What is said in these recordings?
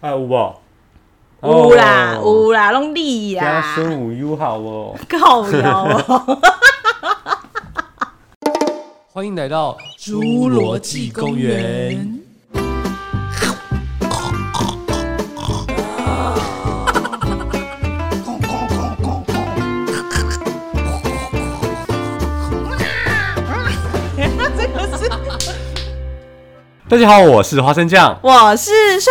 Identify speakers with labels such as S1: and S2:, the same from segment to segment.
S1: 啊有无？哦
S2: 有啦，有啦，拢你
S1: 加
S2: 啦，
S1: 孙武友好哦。
S2: 够有哦。
S3: 欢迎来到
S2: 侏罗纪公园。
S1: 大家好，我是花生酱。
S2: 我是莎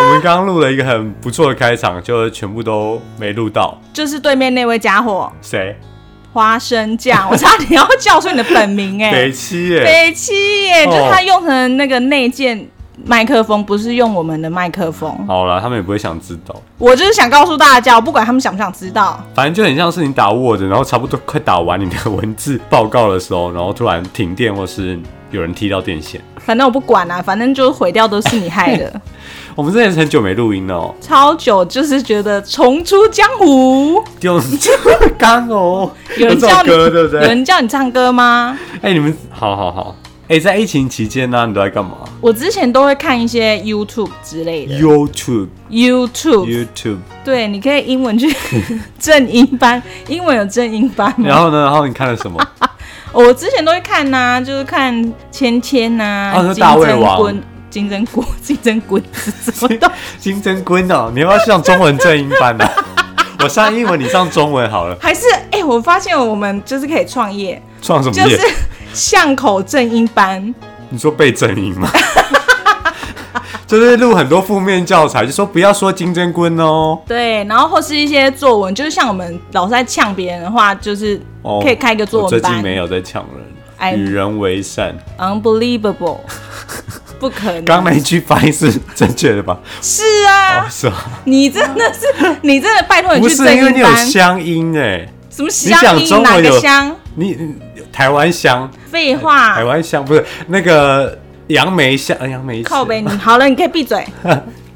S1: 我
S2: 莎，
S1: 们刚刚录了一个很不错的开场，就全部都没录到。
S2: 就是对面那位家伙
S1: 谁？
S2: 花 生酱，我差点要叫出你的本名哎、
S1: 北七耶。
S2: 北七耶，
S1: 哦
S2: 就是他用成那个内建麦克风，不是用我们的麦克风。
S1: 好了，他们也不会想知道，
S2: 我就是想告诉大家，我不管他们想不想知道，
S1: 反正就很像是你打 Word，然后差不多快打完你的文字报告的时候，然后突然停电或是有人踢到电线。
S2: 反正我不管啦、反正就是毁掉都是你害的。
S1: 我们真的是很久没录音了哦，
S2: 超久就是觉得重出江湖，
S1: 就是 刚哦，
S2: 有人
S1: 这
S2: 叫
S1: 首
S2: 你
S1: 歌对不
S2: 有
S1: 对？
S2: 人叫你唱歌吗？
S1: 哎、你们好好好。哎、在疫情期间呢、你都在干嘛
S2: 我之前都会看一些 YouTube 之类的
S1: ？YouTube
S2: YouTube，
S1: YouTube，
S2: 对，你可以英文去 正音班，英文有正音班吗？哦
S1: 然后呢？然后你看了什么？
S2: 我之前都会看呐、就是看芊芊呐、
S1: 哦是
S2: 金
S1: 大胃
S2: 针
S1: 王
S2: 菇、金针菇、金针菇 是什么东西？
S1: 金针菇哦，你要不要上中文正音班 呢、我上英文，你上中文好了。
S2: 还是哎、我发现我们就是可以创业，
S1: 创什么
S2: 就
S1: 业？
S2: 是巷口正音班，
S1: 你说被正音吗？ 就是录很多负面教材，就说不要说金针菇哦。
S2: 对，然后或是一些作文，就是像我们老是在呛别人的话，就是
S1: 哦
S2: 可以开一个作
S1: 我最
S2: 文
S1: 近
S2: 班。
S1: 没有在抢
S2: 哎
S1: 人，与人为善。
S2: Unbelievable，不可能。
S1: 刚那一句翻译是正确的吧？
S2: 是啊，
S1: 哦，是啊，
S2: 你真的是，你真的拜托你
S1: 不
S2: 去
S1: 是
S2: 正
S1: 因为
S2: 音
S1: 你有
S2: 班，
S1: 乡音哎，
S2: 什么
S1: 你
S2: 乡
S1: 讲
S2: 音
S1: 中
S2: 哪
S1: 文
S2: 个
S1: 有
S2: 乡？
S1: 你你台湾乡，
S2: 废话
S1: 台，湾乡不是那个杨梅乡，呃杨梅
S2: 靠
S1: 北
S2: 北你好了，你可以 闭嘴。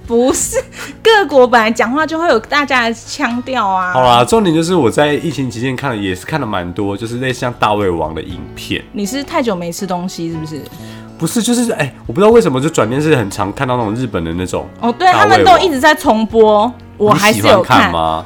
S2: 不是，各国本来讲话就会有大家的腔调啊。
S1: 好啦，重点就是我在疫情期间看了，也是看了蛮多，就是类似像大胃王的影片，
S2: 你是太久没吃东西是不是？
S1: 不是就是哎、我不知道为什么就转电视很常看到那种日本的那种，
S2: 哦，对
S1: 大
S2: 他们
S1: 胃
S2: 都
S1: 王
S2: 一直在重播，我
S1: 你
S2: 还是
S1: 喜欢
S2: 有
S1: 看吗？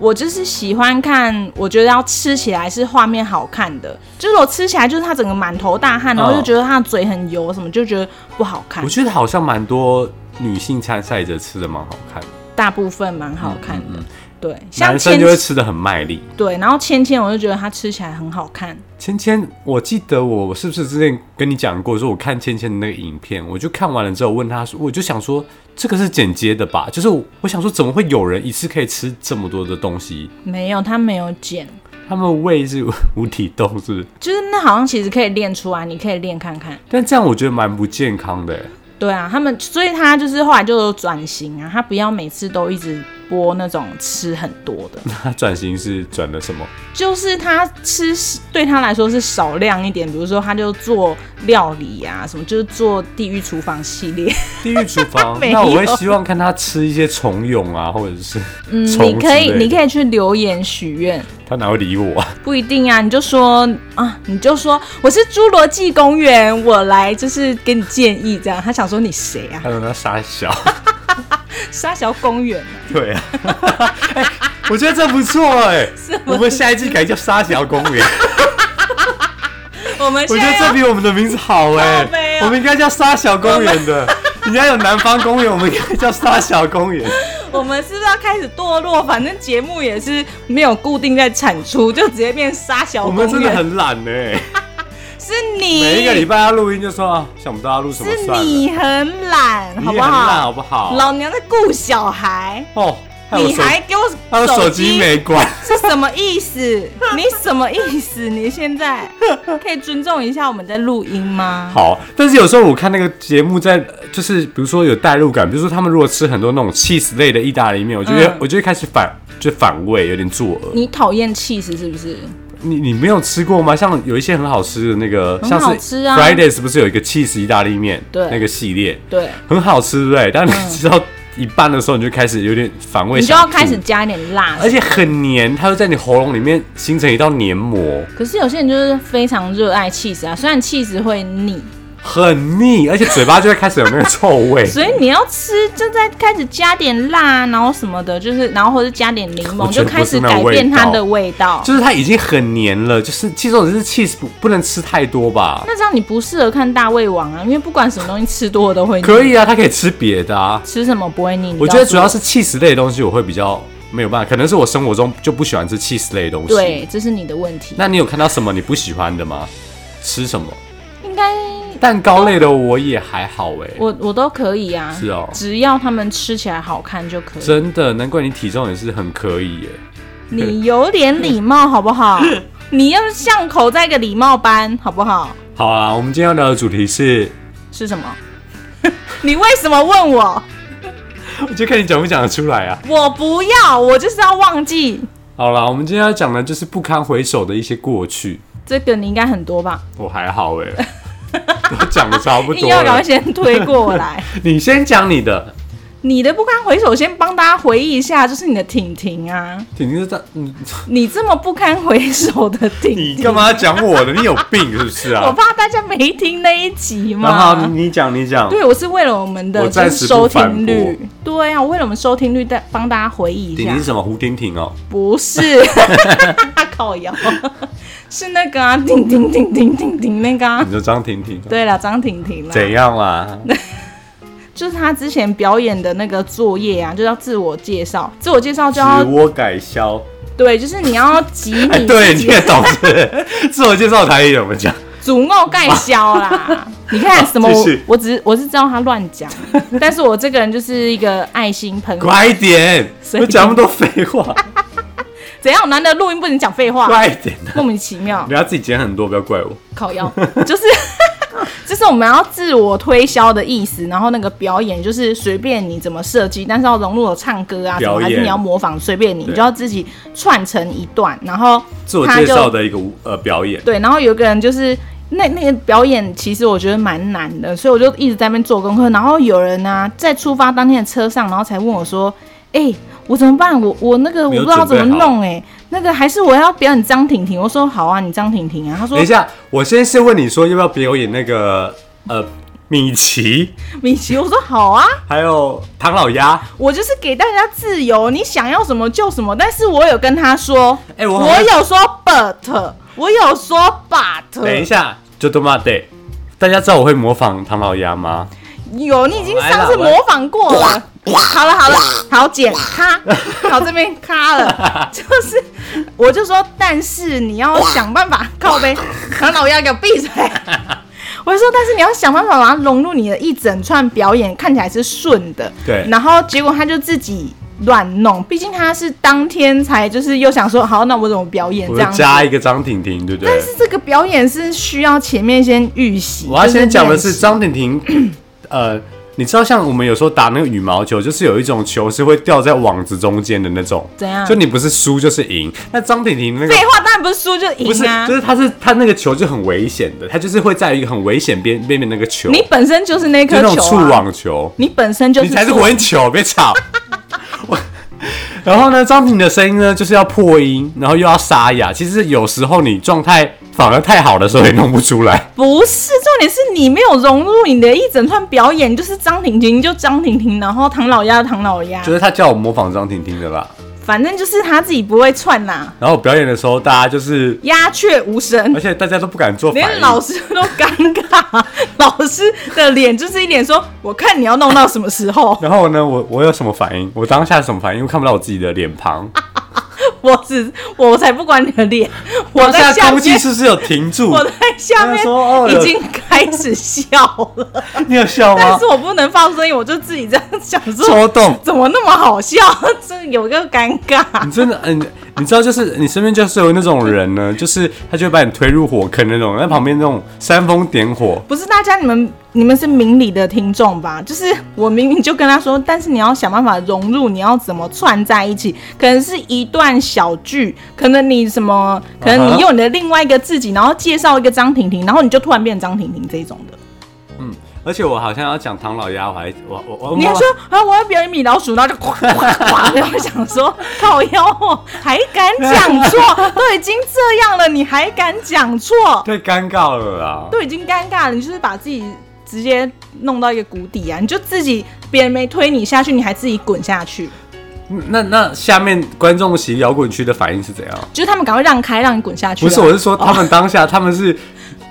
S2: 我就是喜欢看，我觉得要吃起来是画面好看的，就是我吃起来就是他整个满头大汗，然后
S1: 嗯
S2: 就觉得他的嘴很油，什么就觉得不好看
S1: 我。觉得好像蛮多女性参赛者吃的蛮好看的，
S2: 大部分蛮好看的，对，像
S1: 嗯男生
S2: 芊
S1: 就会吃的很卖力。
S2: 对，然后芊芊我就觉得她吃起来很好看，
S1: 芊芊，我记得我是不是之前跟你讲过，说我看芊芊的那个影片，我就看完了之后问他说，我就想说这个是剪接的吧？就是我我想说怎么会有人一次可以吃这么多的东西？
S2: 没有她没有减，
S1: 他们胃是无底洞是不是？
S2: 就是那好像其实可以练出来，你可以练看看。
S1: 但这样我觉得蛮不健康的欸。
S2: 对啊，他们所以她就是后来就有转型啊，她不要每次都一直播那种吃很多 的。
S1: 他转型是转了什么？
S2: 就是他吃对他来说是少量一点，比如说他就做料理啊，什么就是做地狱厨房系列，
S1: 地狱厨房
S2: 没。有
S1: 那我会希望看他吃一些虫蛹啊，或者是
S2: 嗯，
S1: 虫
S2: 你可
S1: 之
S2: 以
S1: 类的
S2: 你可以去留言许愿，
S1: 他哪会理我啊？
S2: 不一定啊，你就说啊，你就说我是侏罗纪公园，我来就是给你建议这样。他想说你谁啊？
S1: 他说他傻小。
S2: 沙小公园、
S1: 对啊， 哎我觉得这不错哎、我们下一季改叫沙小公 园，
S2: 我们
S1: 我
S2: 现
S1: 觉得
S2: 在
S1: 这
S2: 要
S1: 比我们的名字好哎、
S2: 靠北哦
S1: 我们应该叫沙小公园的。人家有南方公园，我们应该叫沙小公园。
S2: 我们是不是要开始堕落？反正节目也是没有固定在产出，就直接变沙小
S1: 我
S2: 公
S1: 们
S2: 园。
S1: 真的很懒哎、
S2: 是你
S1: 每一个礼拜要录音就说啊，想不到要录什么
S2: 是
S1: 算了。
S2: 你很懒，
S1: 你
S2: 好
S1: 也
S2: 不
S1: 很
S2: 好？
S1: 烂好不好？
S2: 老娘在顾小孩，
S1: 哦，害我
S2: 你
S1: 手
S2: 还给我
S1: 还有手机没关，
S2: 是什么意思？你什么意思？你现在可以尊重一下我们在录音吗？
S1: 好，但是有时候我看那个节目在，呃就是比如说有代入感，比如说他们如果吃很多那种 cheese 类的意大利面，我就会、
S2: 嗯
S1: 我就会开始反就反胃，有点作恶。
S2: 你讨厌气死是不是？
S1: 你你没有吃过吗？像有一些很好吃的那个，
S2: 很
S1: 像
S2: 好
S1: 是
S2: 吃啊
S1: Fridays 不是有一个 cheese 意大利面，
S2: 对
S1: 那个系列
S2: 对，
S1: 很好吃，对不对？但你吃到一半的时候，你就开始有点反胃，
S2: 你就要
S1: 想吐
S2: 开始，加一点辣。
S1: 而且很黏，它会在你喉咙里面形成一道黏膜。
S2: 可是有些人就是非常热爱气死啊，虽然气死会腻，
S1: 很腻，而且嘴巴就会开始有那个臭味。
S2: 所以你要吃，就再开始加点辣，然后什么的，就是然后或者加点柠
S1: 我
S2: 檬，
S1: 觉
S2: 就
S1: 得
S2: 开始
S1: 不是那
S2: 改
S1: 个味道
S2: 变它的味道。
S1: 就是它已经很黏了，就是其实我只是 cheese 不不能吃太多吧？
S2: 那这样你不适合看大胃王啊，因为不管什么东西吃多了都会腻。
S1: 可以啊，它可以吃别的啊。
S2: 吃什么不会腻？你
S1: 我觉得
S2: 告诉
S1: 主要是 cheese 类的东西我会比较没有办法，可能是我生活中就不喜欢吃 cheese 类的东西。，
S2: 对，这是你的问题。
S1: 那你有看到什么你不喜欢的吗？吃什么？
S2: 应该
S1: 蛋糕类的我也还好哎、
S2: 我我都可以啊，
S1: 是哦
S2: 只要他们吃起来好看就可以。
S1: 真的，难怪你体重也是很可以耶、
S2: 你有点礼貌好不 好？你要巷口在一个礼貌班好不好？
S1: 好啊，我们今天要聊的主题是，
S2: 是什么？ 你为什么问我？
S1: 我就看你讲不讲得出来啊。
S2: 我不要，我就是要忘记
S1: 好啦，我们今天要讲的就是不堪回首的一些过去。
S2: 这个，你应该很多吧？
S1: 我还好哎、 我讲的差不
S2: 硬
S1: 多
S2: 要赶
S1: 了
S2: 快。先推 过来。
S1: 你先讲你的，
S2: 你的不堪回首，先帮大家回忆一下，就是你的婷婷啊，
S1: 婷婷在，你
S2: 你这么不堪回首的婷
S1: 你
S2: 婷，
S1: 干嘛讲我的？你有病是不是
S2: 我
S1: 啊？
S2: 怕大家没听那一集
S1: 然后
S2: 嘛。
S1: 你讲，你讲，
S2: 对，我是为了我们的
S1: 我暂
S2: 就是
S1: 时
S2: 收
S1: 不反
S2: 听率，对啊，我为了我们收听率，带帮大家回忆一
S1: 婷
S2: 下
S1: 婷是。什么？胡婷婷哦，
S2: 不是，靠腰，是那个啊，婷婷婷婷婷婷那个啊
S1: 你。说张婷婷哦
S2: 对了，张婷婷啦，
S1: 怎样啦？
S2: 就是她之前表演的那个作业啊，就要自我介绍，自我介绍就要
S1: 自我改销，
S2: 对，就是你要集
S1: 哎，
S2: 你
S1: 对，
S2: 自
S1: 你
S2: 己
S1: 也懂是？ 自我介绍台语怎么讲？
S2: 祖傲盖销啦。你看什么
S1: 继续？
S2: 我只是我是知道他乱讲，但是我这个人就是一个爱心喷火。
S1: 快点，
S2: 随
S1: 我
S2: 便
S1: 讲那么多废 话，
S2: 怎样？难得录音不能讲废话，
S1: 快点啊！
S2: 莫名其妙
S1: 你要自己剪很多，不要怪我。
S2: 靠腰， 就是就是我们要自我推销的意思。然后那个表演就是随便你怎么设计，但是要融入我唱歌啊什么，
S1: 表演
S2: 还是你要模仿，随便你，你就要自己串成一段。然后
S1: 自我
S2: 他
S1: 介
S2: 就
S1: 绍的一个舞呃表演，
S2: 对，然后有一个人就是那那个表演，其实我觉得蛮难的，所以我就一直在那边做功课。然后有人呢、在出发当天的车上，然后才问我说：“哎、我怎么办？我我那个 我
S1: 没
S2: 不
S1: 有
S2: 知道怎么
S1: 准备好
S2: 弄哎、那个还是我要表演张婷婷。”我说：“好啊，你张婷婷啊。”他说
S1: 等一下，我先是问你说要不要表演那个呃米奇，：“
S2: 米奇。”我说：“好啊，
S1: 还有唐老鸭。
S2: 我就是给大家自由，你想要什么就什么。”但是我有跟他说，
S1: 哎我
S2: 我
S1: 好像
S2: 有说 but，我有说 but，
S1: 等一下，就他妈的，大家知道我会模仿唐老鸭吗？
S2: 有，你已经上次
S1: 来了来
S2: 模仿过了。好了好了，好剪咔，好这边咔 了，就是我就说，但是你要想办法靠背，唐老鸭给我闭 嘴。我就说，但是你要想办法把它融入你的一整串表演，看起来是顺的。
S1: 对
S2: 然后结果他就自己乱弄，毕竟他是当天才，就是又想说，好，那我怎么表演
S1: 我
S2: 这
S1: 就
S2: 样子？
S1: 加一个张婷婷，对不对
S2: 但？是这个表演是需要前面先预习。
S1: 我要
S2: 就是
S1: 先讲的
S2: 练
S1: 是
S2: 习
S1: 张婷婷，呃，你知道像我们有时候打那个羽毛球，就是有一种球是会掉在网子中间的那种，
S2: 怎样
S1: 就你不是输就是赢。那张婷婷那个
S2: 废话，当然不是输就赢啊。
S1: 不是，就是他是他那个球就很危险的，他就是会在一个很危险边边边那个球，
S2: 你
S1: 就
S2: 本身就是那颗
S1: 那种
S2: 球、
S1: 触
S2: 啊，
S1: 网球，
S2: 你本身就是
S1: 你才是
S2: 触
S1: 混球，别 吵。我然后呢，张婷的声音呢，就是要破音，然后又要沙哑。其实有时候你状态反而太好的时候也弄不出 来。
S2: 不是重点是你没有融入你的一整串表演，就是张婷婷就张婷婷，然后唐老鸭就唐老鸭
S1: 就，是他叫我模仿张婷婷的啦。
S2: 反正就是他自己不会串啦、
S1: 然后我表演的时候，大家就是，
S2: 鸦雀无声
S1: 而。且大家都不敢做反
S2: 连
S1: 应。
S2: 老师都尴尬，老师的脸就是一脸说：“我看你要弄到什么 时候。
S1: 然后呢，我我有什么反应？我当下什么反应？我看不到我自己的脸庞，”
S2: 我只我才不管你的 脸，我在
S1: 当
S2: 下
S1: 下空气
S2: 面，
S1: 是不是有停住
S2: 我？在下面
S1: 我说哦有啊
S2: 已经开始笑了。
S1: 你有笑
S2: 但
S1: 吗
S2: 是？我不能放声音，我就自己这样想说，
S1: 抽动。
S2: 怎么那么好笑？ 这有一个尴尬。
S1: 你真的，嗯，你知道，就是你身边就是有那种人呢，就是他就会把你推入火坑那种，在旁边那种煽风点火。
S2: 不是大家，你们你们是明理的听众吧？就是我明明就跟他说，但是你要想办法融入，你要怎么串在一起？可能是一段小剧，可能你什么，可能
S1: 啊
S2: 你
S1: 哈
S2: 用你的另外一个自己，然后介绍一个张婷婷，然后你就突然变张婷婷这一种的。
S1: 嗯而且我好像要讲唐老鸭，我还我我我
S2: 你还说啊，我要表演米老鼠，然后就咵咵咵，然后想说靠腰哦，还敢讲错，都已经这样了，你还敢讲错，
S1: 太尴尬了啦。
S2: 都已经尴尬了，你就是把自己直接弄到一个谷底啊！你就自己别人没推你下去，你还自己滚下去，
S1: 那那下面观众席摇滚区的反应是怎样？
S2: 就是啊他们赶快让开，让你滚下去啊。
S1: 不是，我是说他们当下他们是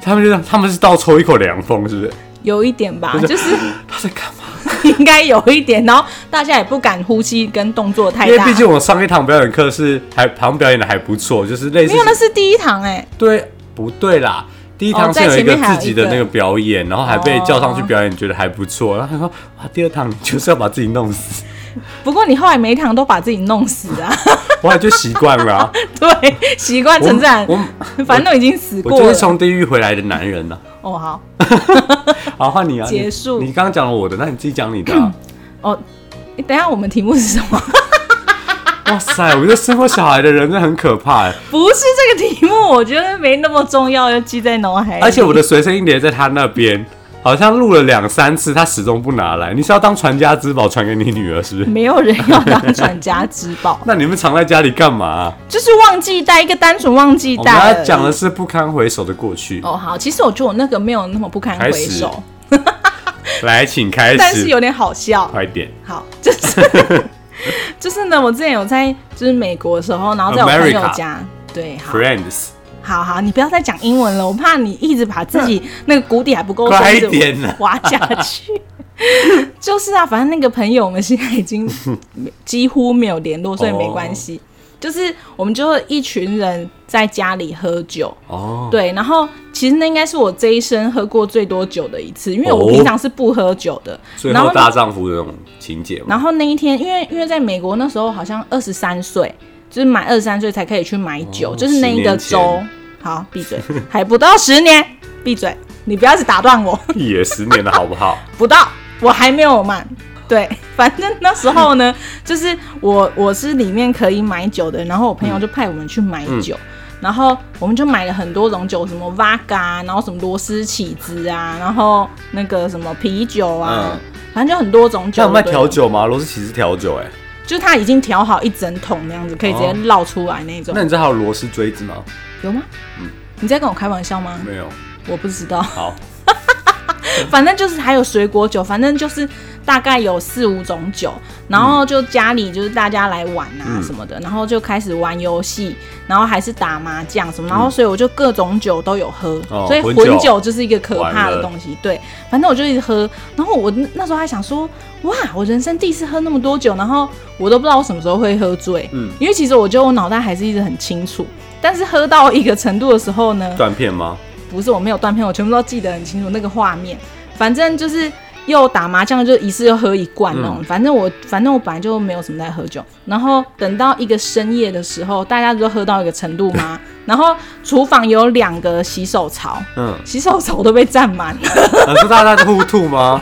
S1: 他们就是他们是倒抽一口凉风，是不是？
S2: 有一点吧，就是
S1: 他在干嘛？
S2: 应该有一点， 然后大家也不敢呼吸跟动作太
S1: 因为
S2: 大，
S1: 毕竟我上一堂表演课是还旁表演的还不错，就是类似
S2: 没有那是第一堂哎、
S1: 对不对啦？第一堂是
S2: 哦在
S1: 有一
S2: 前
S1: 个
S2: 面还
S1: 自
S2: 有
S1: 己
S2: 一
S1: 的
S2: 个
S1: 那个表演，然后还被
S2: 哦
S1: 叫上去表演，觉得还不错。然后他说：“哇，第二堂你就是要把自己弄死。
S2: 不过你后来每一堂都把自己弄死啊，”
S1: 我也就习惯了 啊、
S2: 对，习惯成这样
S1: 我，
S2: 反正都已经死
S1: 我
S2: 过
S1: 就是
S2: 了。
S1: 从地狱回来的男人呢、
S2: 哦好，
S1: 好，换你啊！
S2: 结
S1: 你
S2: 束
S1: 你刚刚讲了我的，那你自己讲你的、 啊。
S2: 哦，诶等一下我们题目是什么？
S1: 哇塞，我觉得生过小孩的人真的很可怕哎。
S2: 不是这个题目，我觉得没那么重要，要记在脑海里。
S1: 而且我的随身硬碟在他那边，好像录了两三次，他始终不拿来。你是要当传家之宝传给你女儿是不是？，
S2: 没有人要当传家之宝
S1: 那你们藏在家里干嘛啊、
S2: 就是忘记带一个单纯忘记
S1: 我们
S2: 带而
S1: 要
S2: 已。
S1: 讲的是不堪回首的过去。
S2: 哦好，其实我觉得我那个没有那么不堪回
S1: 开始
S2: 首，
S1: 来，请开始。
S2: 但是有点好笑。
S1: 快点
S2: 好，就是 就是呢，我之前有在就是美国的时候，然后在我朋友
S1: America
S2: 家，对，好，
S1: ，Friends，
S2: 好好，你不要再讲英文了，我怕你一直把自己那个谷底还不够深，
S1: 快
S2: 一直
S1: 点啊
S2: 挖下去。就是啊，反正那个朋友我们现在已经几乎没有联络，所以没关系。 就是我们就一群人在家里喝酒，
S1: 哦，
S2: 对，然后其实那应该是我这一生喝过最多酒的一次，因为我
S1: 哦
S2: 平常是不喝酒的。
S1: 最
S2: 然
S1: 后
S2: 后
S1: 大丈夫的那种情节嘛。
S2: 然后那一天，因为因为在美国那时候好像二十三岁，就是满二十三岁才可以去买酒，
S1: 哦
S2: 就是那一个
S1: 10
S2: 州
S1: 年。
S2: 好，闭嘴，还不到十年，闭嘴，你不要一直打断我，
S1: 也十年了，好不 好？
S2: 不到，我还没有满。对，反正那时候呢，就是我我是里面可以买酒的，然后我朋友
S1: 嗯
S2: 就派我们去买酒。然后我们就买了很多种酒，什么 Vaga，啊然后什么螺丝起子啊，然后那个什么啤酒啊，
S1: 嗯
S2: 反正就很多种
S1: 那
S2: 酒。
S1: 有卖
S2: 对
S1: 调酒吗？螺丝起司调酒，哎，
S2: 就是它已经调好一整桶那样子，可以直接捞出来那种。
S1: 哦那你知道还有螺丝锥子吗？
S2: 有吗？你在跟我开玩笑吗？
S1: 没有。
S2: 我不知道，
S1: 好，
S2: 反正就是还有水果酒，反正就是大概有四五种酒，然后就家里就是大家来玩啊
S1: 嗯
S2: 什么的，然后就开始玩游戏，然后还是打麻将什么，然后所以我就各种酒都有喝，
S1: 嗯哦
S2: 所以
S1: 混
S2: 混
S1: 酒
S2: 酒就是一个可怕
S1: 完
S2: 的
S1: 了
S2: 东西。对，反正我就一直喝，然后我那那时候还想说，哇，我人生第一次喝那么多酒，然后我都不知道我什么时候会喝醉，
S1: 嗯
S2: 因为其实我觉得我脑袋还是一直很清楚，但是喝到一个程度的时候呢，
S1: 断片吗？
S2: 不是我没有断片，我全部都记得很清楚那个画面。反正就是又打麻将，就一次又喝一罐那种。
S1: 嗯
S2: 反正我反正我本来就没有什么在喝酒，然后等到一个深夜的时候，大家都喝到一个程度 吗？然后厨房有两个洗手槽，
S1: 嗯，
S2: 洗手槽都被占满 了，
S1: 啊是大家在互吐 吗？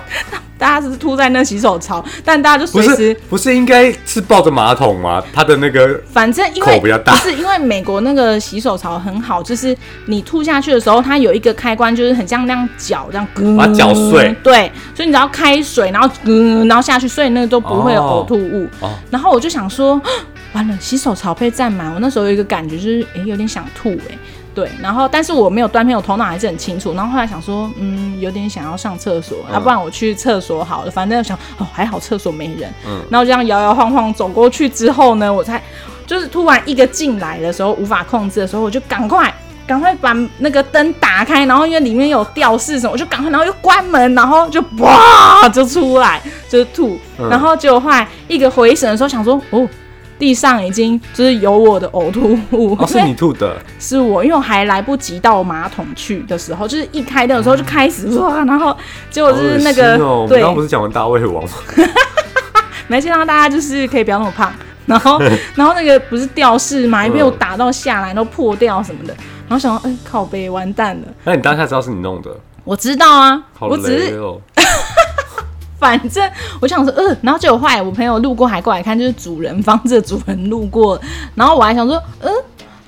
S2: 大家是吐在那洗手槽，但大家就
S1: 不
S2: 随
S1: 是
S2: 时，
S1: 不是应该是抱着马桶吗？他的那个
S2: 反正因为
S1: 口比较大
S2: 不是因为美国那个洗手槽很好，就是你吐下去的时候，它有一个开关，就是很像那样搅，这样咕，
S1: 哦把它搅碎。
S2: 对，所以你只要开水，然后咕，然后下去，所以那个都不会有
S1: 哦
S2: 呕吐物。
S1: 哦
S2: 然后我就想说，啊完了，洗手槽被占满，我那时候有一个感觉就是，诶，有点想吐、诶。对，然后但是我没有断片，我头脑还是很清楚。然后后来想说，嗯，有点想要上厕所，要、
S1: 嗯
S2: 不然我去厕所好了。反正想，哦，还好厕所没人。
S1: 嗯
S2: 然后这样摇摇晃晃走过去之后呢，我才就是突然一个进来的时候无法控制的时候，我就赶快。赶快把那个灯打开，然后因为里面有吊饰什么，我就赶快，然后又关门，然后就哇就出来，就是吐，
S1: 嗯
S2: 然后结果后来一个回神的时候，想说哦，地上已经就是有我的呕吐物，
S1: 哦，
S2: 所
S1: 是
S2: 以
S1: 你吐的，
S2: 是我，因为我还来不及到马桶去的时候，就是一开灯的时候就开始哇，然后结果就是那个、
S1: 嗯好恶心哦我们
S2: 对
S1: 刚，刚不是讲完大胃王吗？
S2: 没见到大家就是可以不要那么胖， 然 后然后那个不是吊饰嘛，也被我打到下来，然后破掉什么的，然后想说，哎、靠背完蛋了，
S1: 那你当下知道是你弄的，
S2: 我知道啊，
S1: 好
S2: 我只
S1: 累
S2: 是
S1: 哦。
S2: 反正我想说，呃，然后结果后来我朋友路过还过来看，就是主人房子的主人路过，然后我还想说，呃，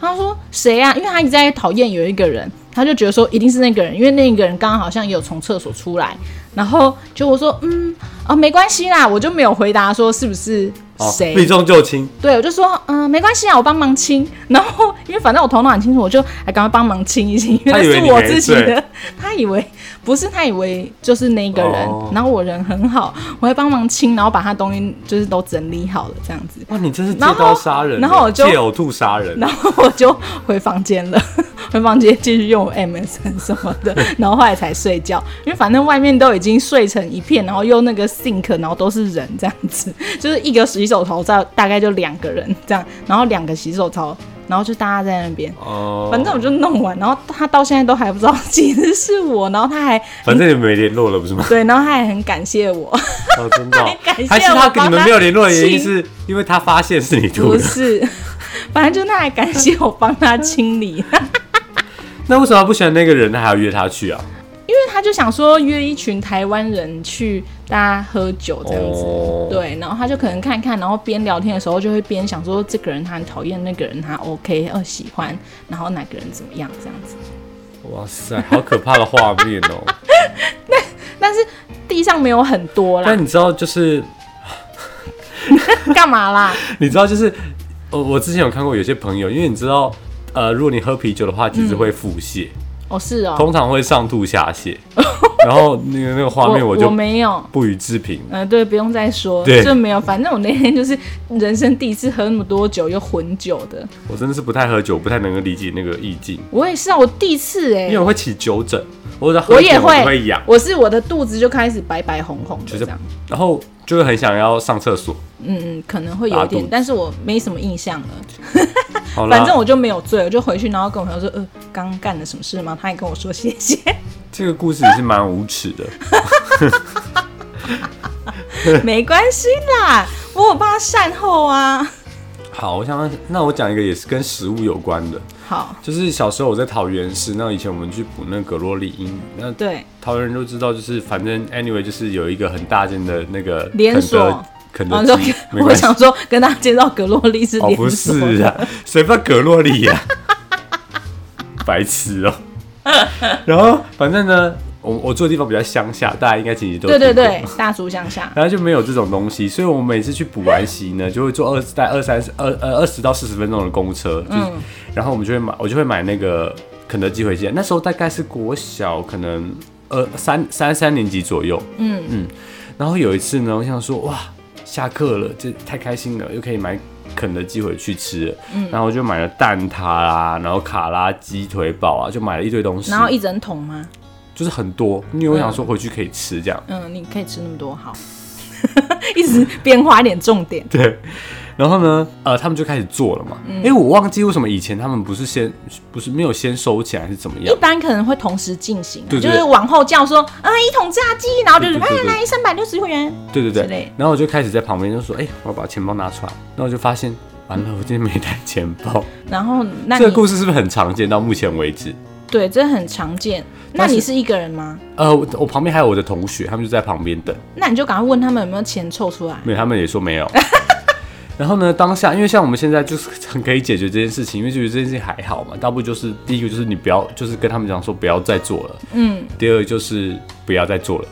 S2: 他说谁啊？因为他一直在讨厌有一个人，他就觉得说一定是那个人，因为那个人刚刚好像也有从厕所出来，然后就我说嗯啊没关系啦，我就没有回答说是不是
S1: 哦
S2: 谁，
S1: 避重就轻，
S2: 对，我就说，嗯、没关系啊，我帮忙清。然后因为反正我头脑很清楚，我就还赶快帮忙清一清，因
S1: 他以为
S2: 那是
S1: 你
S2: 我
S1: 没
S2: 自己
S1: 醉
S2: 的。他以为不是，他以为就是那一个人，
S1: 哦
S2: 然后我人很好，我还帮忙清，然后把他东西就是都整理好了这样子。
S1: 哇，你真是借
S2: 然后
S1: 刀杀人欸，
S2: 然后我就
S1: 借呕吐杀人，
S2: 然后我就回房间了， 回房间继续用 MSN 什么的，然后后来才睡觉，因为反正外面都已经睡成一片，然后又那个 sink，然后都是人这样子，就是一个洗手槽在大概就两个人这样，然后两个洗手槽，然后就大家在那边。
S1: 哦，
S2: 反正我就弄完，然后他到现在都还不知道 其实是我，然后他还
S1: 反正你们没联络了，不是吗？
S2: 对，然后他还很感谢我，
S1: 哦，真的哦
S2: 感谢，
S1: 还是他
S2: 我
S1: 跟
S2: 帮
S1: 你们
S2: 他
S1: 没有联络的原因
S2: 清
S1: 是因为他发现是你吐
S2: 不
S1: 的，
S2: 是， 反正就他还感谢我帮他清理，
S1: 那为什么不喜欢那个人，那还要约他去啊？
S2: 因为他就想说约一群台湾人去大家喝酒这样子，
S1: 哦
S2: 对，然后他就可能看看，然后边聊天的时候就会边想说这个人他很讨厌，那个人他 OK 呃喜欢，然后哪个人怎么样这样子。
S1: 哇塞，好可怕的画面 哦！
S2: 但是地上没有很多啦
S1: 但，你知道，就是
S2: 干嘛啦？
S1: 你知道，就是我我之前有看过有些朋友，因为你知道，呃，如果你喝啤酒的话，其实会腹泻，
S2: 哦是哦，
S1: 通常会上吐下 泻，然后那个那个画面
S2: 我
S1: 就
S2: 没有，
S1: 不予置评。
S2: 呃，对，不用再说，
S1: 对
S2: 就没有。反正我那天就是人生第一次喝那么多酒，又混酒的。
S1: 我真的是不太喝酒，不太能够理解那个意境，
S2: 我也是啊，我第一次哎、
S1: 因为我会起酒疹，我在喝
S2: 我
S1: 酒
S2: 也
S1: 我
S2: 会，
S1: 就会痒，
S2: 我是我的肚子就开始白白红红的
S1: 就
S2: 这
S1: 是
S2: 样。
S1: 然后就会很想要上厕所。
S2: 嗯嗯，可能会
S1: 拉
S2: 有
S1: 肚
S2: 点
S1: 子，
S2: 但是我没什么印象了。
S1: 嗯好啦，
S2: 反正我就没有醉，我就回去，然后跟我朋友说，呃，刚干了什么事吗？他也跟我说谢谢。
S1: 这个故事也是蛮无耻的。
S2: 没关系啦，我有帮他善后啊。
S1: 好，我想那我讲一个也是跟食物有关的，
S2: 好，
S1: 就是小时候我在桃园市，那以前我们去捕那格罗里鹰，那
S2: 对，
S1: 桃园人都知道，就是反正 anyway 就是有一个很大间的那个
S2: 连锁
S1: 肯
S2: 然
S1: 德
S2: 后
S1: 肯德基，
S2: 说
S1: 没，
S2: 我
S1: 关系
S2: 想说跟大家介绍格洛丽是
S1: 哦
S2: 连锁
S1: 不是啊，谁怕格洛里呀、 白痴哦、然后反正呢，我我住的地方比较乡下，大家应该其实都
S2: 对对
S1: 听过
S2: 对，大叔 向下。
S1: 然后就没有这种东西，所以我每次去补完习呢，就会坐二在二三十二呃二十到四十分钟的公车，就是，
S2: 嗯
S1: 然后我们就会买，我就会买那个肯德基回家。那时候大概是国小可能呃三三三年级左右，嗯嗯。然后有一次呢，我想说哇，下课了，这太开心了，又可以买肯德基回去吃了，
S2: 嗯
S1: 然后我就买了蛋挞啦，然后卡拉鸡腿堡啊，就买了一堆东西，
S2: 然后一嗯整桶吗？
S1: 就是很多，因为我想说回去可以吃这样。
S2: 嗯，你可以吃那么多，好， 一直变化一点重点。
S1: 对，然后呢，呃，他们就开始做了嘛。
S2: 嗯
S1: 因为我忘记为什么以前他们不是先不是没有先收起来还是怎么
S2: 一
S1: 样？
S2: 般可能会同时进行啊、
S1: 对对
S2: 就是往后叫说，啊，一桶炸鸡，然后就是
S1: 对
S2: 哎
S1: 对对对
S2: 来三百六十元，
S1: 对对
S2: 哦之类
S1: 对。然后我就开始在旁边就说：“哎、我要把钱包拿出来。”然后我就发现，完了，我今天没带钱包。
S2: 然后那你
S1: 这个故事是不是很常见？到目前为止，
S2: 对，这很常见。那
S1: 但是
S2: 你是一个人吗？
S1: 呃，我我旁边还有我的同学，他们就在旁边等，
S2: 那你就赶快问他们有没有钱凑出来。
S1: 没有，他们也说没有。 然后呢，当下因为像我们现在就是很可以解决这件事情，因为觉得这件事情还好嘛。大不就是第一个就是你不要，就是跟他们讲说不要再做了，嗯。第二个就是不要再做了。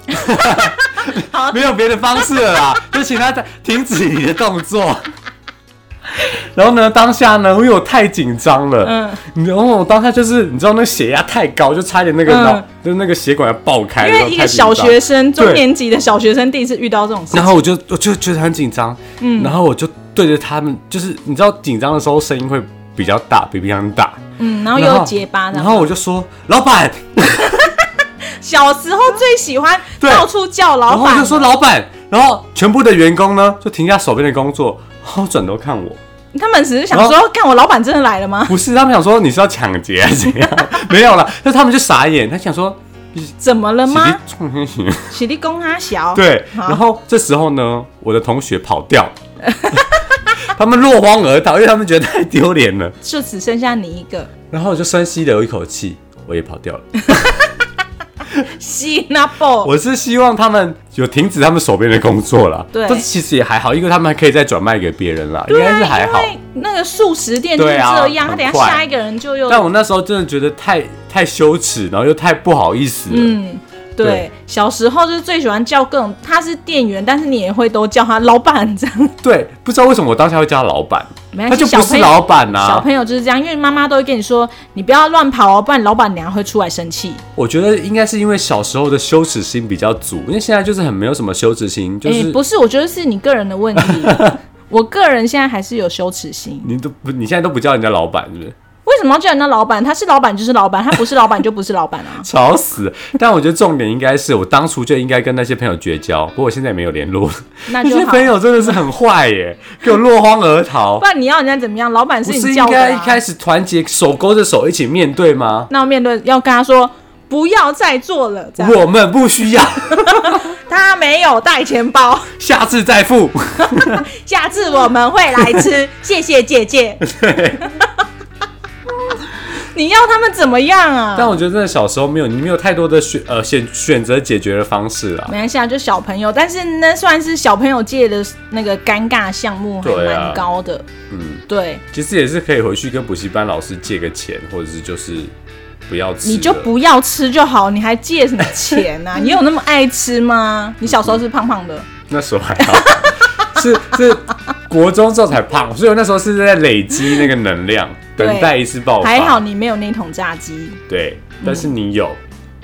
S2: 好
S1: 没有别的方式了啦，就请他停止你的动作。然后呢，当下呢，因为我太紧张了，嗯，然后我当下就是你知道那个血压太高，就差点那个
S2: 嗯
S1: 脑、就是那个血管要爆开，
S2: 因
S1: 哎然后
S2: 为一个
S1: 太紧张
S2: 小学生，
S1: 对
S2: 中年级的小学生第一次遇到这种事情，
S1: 然后我就我就觉得很紧张，嗯，然后我就对着他们，就是你知道紧张的时候声音会比较大，比平常大，
S2: 嗯，然后又结巴，
S1: 然后我就说老板，
S2: 小时候最喜欢
S1: 对
S2: 到处叫
S1: 然
S2: 老
S1: 后我
S2: 板
S1: 就，说老板，然后全部的员工呢就停下手边的工作，然后转头看我，
S2: 他们只是想
S1: 然
S2: 说，看我老板真的来了吗？
S1: 不是，他们想说你是要抢劫还是怎样？ 没有了，但是他们就傻眼，他想说
S2: 怎么了
S1: 洗
S2: 吗
S1: 地？冲天行，
S2: 喜力公他小，
S1: 对。
S2: 好
S1: 然后这时候呢，我的同学跑 掉，他们落荒而逃，因为他们觉得太丢脸了。
S2: 就只剩下你一个，
S1: 然后我就深吸了一口气，我也跑掉了。
S2: 吸那爆，
S1: 我是希望他们有停止他们手边的工作啦，
S2: 对
S1: 但其实也还好，因为他们还可以再转卖给别人啦，应
S2: 对
S1: 该
S2: 啊，
S1: 是还好。
S2: 因为那个素食店就是
S1: 对啊
S2: 这样，他
S1: 很
S2: 等一下
S1: 快
S2: 下一个人就又
S1: 但我那时候真的觉得太太羞耻，然后又太不好意思了。
S2: 嗯，对，
S1: 对
S2: 小时候就是最喜欢叫各种，他是店员，但是你也会都叫他老板这样。
S1: 对，不知道为什么我当下会叫他老板，
S2: 没
S1: 他
S2: 关系，
S1: 就
S2: 小
S1: 不
S2: 朋
S1: 是
S2: 友
S1: 老板啊呐、
S2: 小朋友就是这样，因为妈妈都会跟你说，你不要乱跑哦，不然老板娘会出来生气。
S1: 我觉得应该是因为小时候的羞耻心比较足，因为现在就是很没有什么羞耻心，就
S2: 诶，
S1: 是
S2: 哎不是，我觉得是你个人的 问题。我个人现在还是有羞耻心。
S1: 你都不，你现在都不叫人家老板，是不 是？。
S2: 为什么要叫人家老板？他是老板就是老板，他不是老板就不是老板啊
S1: 吵死！但我觉得重点应该是我当初就应该跟那些朋友绝交，不过我现在也没有联络了。
S2: 那
S1: 那
S2: 就
S1: 些
S2: 好
S1: 朋。友真的是很坏耶， 给我落荒而逃
S2: 不。然你要人家怎么样？老板
S1: 不是
S2: 你
S1: 应
S2: 叫的、
S1: 该一
S2: 啊。
S1: 开始团结手勾着手一起面对吗？
S2: 那我面对要跟他说不要再做了，这样。
S1: 我们不需要，
S2: 他没有带钱包，
S1: 下次再付。
S2: 下次我们会来吃，谢谢姐姐。你要他们怎么样啊？
S1: 但我觉得真的小时候没有，你没有太多的选呃选选择解决的方式啦。
S2: 没关系啊，就小朋友，但是那算是小朋友界的那个尴尬项目还
S1: 对啊
S2: 蛮高的。
S1: 嗯，
S2: 对，
S1: 其实也是可以回去跟补习班老师借个钱，或者是就是不要吃了。
S2: 你就不要吃就好，你还借什么钱啊？你有那么爱吃吗？你小时候是胖胖的，
S1: 那时候还好， 是是国中之后才胖，所以我那时候是在累积那个能量，
S2: 对
S1: 等待一次爆发。
S2: 还好你没有那桶炸鸡。
S1: 对，但是你有，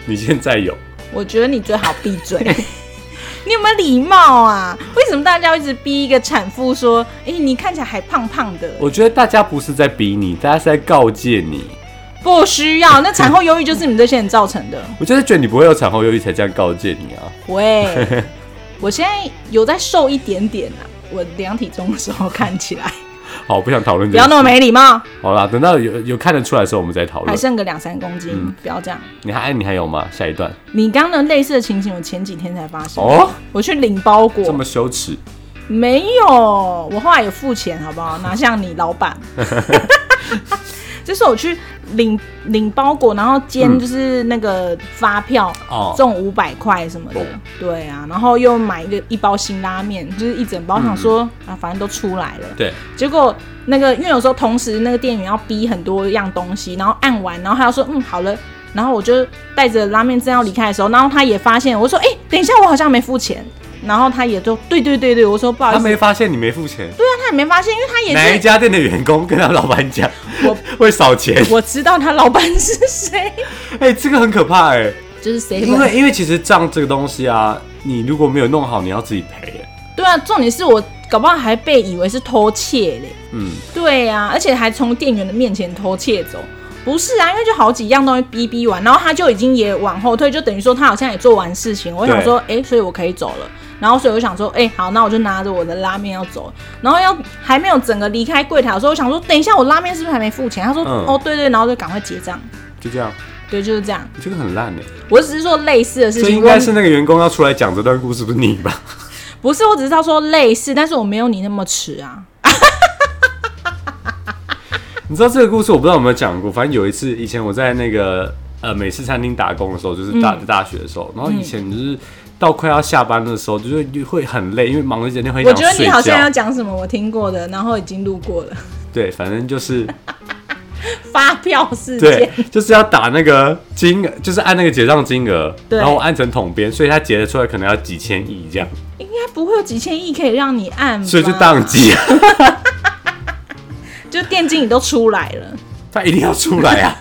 S1: 你现在有，
S2: 我觉得你最好闭嘴。你有没有礼貌啊？为什么大家一直逼一个产妇说：“哎、你看起来还胖胖的
S1: 我觉得大家不是在逼你，大家是在告诫你。？”
S2: 不需要，那产后忧郁就是你们这些人造 成的。
S1: 我就是觉得你不会有产后忧郁才这样告诫你啊。
S2: 喂，我现在有在瘦一点点啊，我量体重的时候看起 来，
S1: 好，不想讨论
S2: 不
S1: 这
S2: 要
S1: 个。
S2: 那么没礼貌，
S1: 好啦，等到有有看得出来的时候，我们再讨
S2: 还
S1: 论。
S2: 剩个两三公斤，
S1: 嗯
S2: 不要这样。
S1: 你还你还有吗？下一段
S2: 你刚刚的类似的情形，我前几天才发生。
S1: 哦，
S2: 我去领包
S1: 这
S2: 裹，
S1: 么羞耻，
S2: 没有，我后来有付钱，好不好？哪像你老 板，就是我去领领包裹，然后兼
S1: 嗯
S2: 就是那个发票，
S1: 哦
S2: 中五百块什么的
S1: 哦，
S2: 对啊，然后又买一个一包辛拉面，就是一整包，
S1: 嗯
S2: 想说啊，反正都出来了，
S1: 对，
S2: 结果那个，因为有时候同时那个店员要逼很多样东西，然后按完，然后他要说嗯好了，然后我就带着拉面正要离开的时候，然后他也发现，我说哎、等一下我好像没付钱，然后他也就对对对对，我说不好意
S1: 他
S2: 思，
S1: 没发现你没付钱，
S2: 对啊，他也没发现，因为他
S1: 哪一
S2: 也是
S1: 家店的员工跟他老板讲
S2: 我
S1: 会少钱？
S2: 我知道他老板是谁，
S1: 哎、这个很可怕哎、
S2: 就是谁
S1: 因为因为其实账这个东西啊，你如果没有弄好，你要自己赔耶。
S2: 对啊，重点是我搞不好还被以为是偷窃嘞。
S1: 嗯，
S2: 对呀、而且还从店员的面前偷窃走。不是啊，因为就好几样东西逼逼完，然后他就已经也往后退，就等于说他好像也做完事情。我想说，哎、所以我可以走了。然后所以我想说，哎、好，那我就拿着我的拉面要走。然后要还没有整个离开柜台的时候，我想说，等一下我拉面是不是还没付钱？他说，
S1: 嗯
S2: 哦，对对，然后就赶快结账。
S1: 就这样，
S2: 对，就是这样。
S1: 这个很烂哎、
S2: 我只是说类似的事
S1: 所以
S2: 情，
S1: 应该
S2: 我
S1: 是那个员工要出来讲这段故事，不是你吧？
S2: 不是，我只是要说类似，但是我没有你那么迟啊。
S1: 你知道这个故事我不知道有没有讲过，反正有一次以前我在那个呃美式餐厅打工的时候，就是大、
S2: 嗯
S1: 大学的时候，然后以前就是到快要下班的时候，就是会很累，因为忙了一整天会
S2: 我
S1: 想
S2: 觉得
S1: 睡
S2: 你好像要
S1: 觉。
S2: 讲什么，我听过的，然后已经录过了。
S1: 对，反正就是
S2: 发票事
S1: 对
S2: 件。，
S1: 就是要打那个金额，就是按那个结账金额，
S2: 对
S1: 然后我按成统编，所以他结的出来可能要几千亿这样，
S2: 应该不会有几千亿可以让你按吧，
S1: 所以就宕机 了。
S2: 就电竞你都出来了，
S1: 他一定要出来 啊！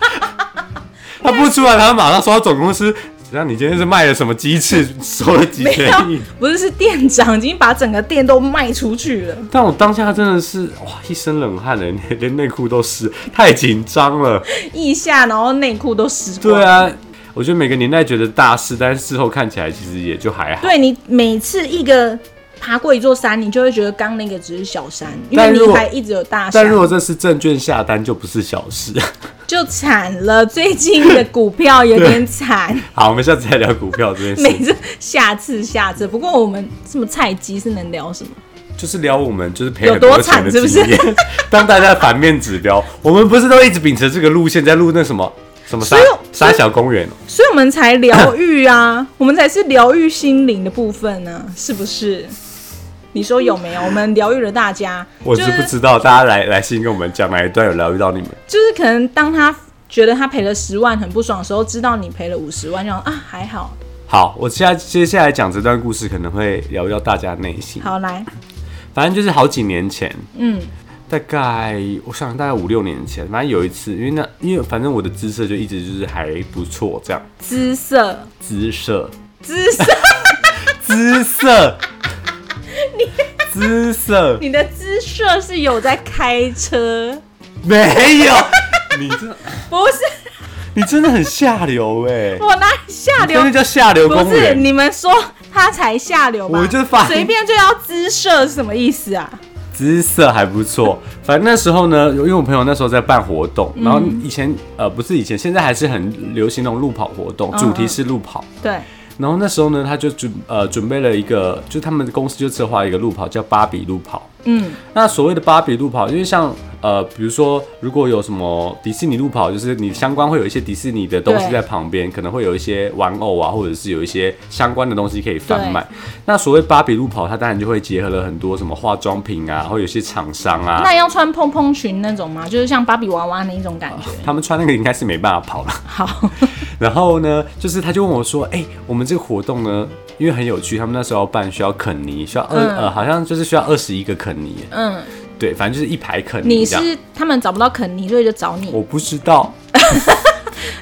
S1: 他不出来，他马上说到总公司，那你今天是卖了什么鸡翅，收了几
S2: 没
S1: 千
S2: 有
S1: 亿？，
S2: 不是是店长已经把整个店都卖出去了。
S1: 但我当下真的是哇，一身冷汗哎，连连内裤都湿，太紧张了。
S2: 腋下，然后内裤都湿光。
S1: 对，啊，我觉得每个年代觉得大事，但是事后看起来其实也就还好。
S2: 对你每次一个爬过一座山，你就会觉得刚那个只是小山，因为
S1: 但如
S2: 你
S1: 果
S2: 还一直有大
S1: 但
S2: 山
S1: 如，果这是证券下单，就不是小事。
S2: 就惨了。最近的股票有 点惨，
S1: 好，我们下次再聊股票这件
S2: 每
S1: 事，
S2: 次下次下次。不过我们什么菜鸡是能聊什么？
S1: 就是聊我们就是赔
S2: 有
S1: 很
S2: 多
S1: 钱的
S2: 惨是不是
S1: 经 验。当大家的反面指标，我们不是都一直秉持这个路线在录那什么什么沙
S2: 所以
S1: 沙小公园哦
S2: 所以我们才疗愈啊， 我们才是疗愈心灵的部分呢、是不是？你说有没有？我们疗愈了大家，
S1: 我
S2: 就是
S1: 不知道，大家来来信跟我们讲哪一段有疗愈到你们。
S2: 就是可能当他觉得他赔了十万很不爽的时候，知道你赔了五十万，就想啊还好，
S1: 好，我现在接下来讲这段故事，可能会聊到大家内心。
S2: 好来，
S1: 反正就是好几年前，
S2: 嗯，
S1: 大概我想大概五六年前，反正有一次，因为那因为反正我的姿色就一直就是还不错，这样
S2: 姿色，
S1: 姿色
S2: 姿色，
S1: 姿色，姿色
S2: 你的姿色是有在开车，
S1: 没有，你真
S2: 不是
S1: 你真的很下流哎、
S2: 我哪里下流
S1: 真的？叫下流公
S2: 不是
S1: 园，
S2: 你们说他才下流吧？
S1: 我就发
S2: 随便就要姿色是什么意思啊？
S1: 姿色还不错。反正那时候呢，因为我朋友那时候在办活动，然后以前呃不是以前，现在还是很流行那种路跑活
S2: 嗯
S1: 动，主题是路跑。
S2: 对，
S1: 然后那时候呢，他就准呃准备了一个，就他们公司就策划一个路跑，叫芭比路跑。
S2: 嗯，
S1: 那所谓的芭比路跑，因为像呃，比如说如果有什么迪士尼路跑，就是你相关会有一些迪士尼的东西
S2: 对
S1: 在旁边，可能会有一些玩偶啊，或者是有一些相关的东西可以贩卖。那所谓芭比路跑，它当然就会结合了很多什么化妆品啊，或有一些厂商啊，
S2: 那要穿蓬蓬裙那种吗？就是像芭比娃娃那一种感觉。
S1: 他们穿那个应该是没办法跑了。
S2: 好，
S1: 然后呢，就是他就问我说：“哎、我们这个活动呢，因为很有趣，他们那时候要办需要肯尼，需要二、
S2: 嗯
S1: 呃，好像就是需要二十一个肯尼，
S2: 嗯，
S1: 对，反正就是一排肯尼
S2: 你
S1: 这样。
S2: 是他们找不到肯尼，所以就找你，
S1: 我不知道，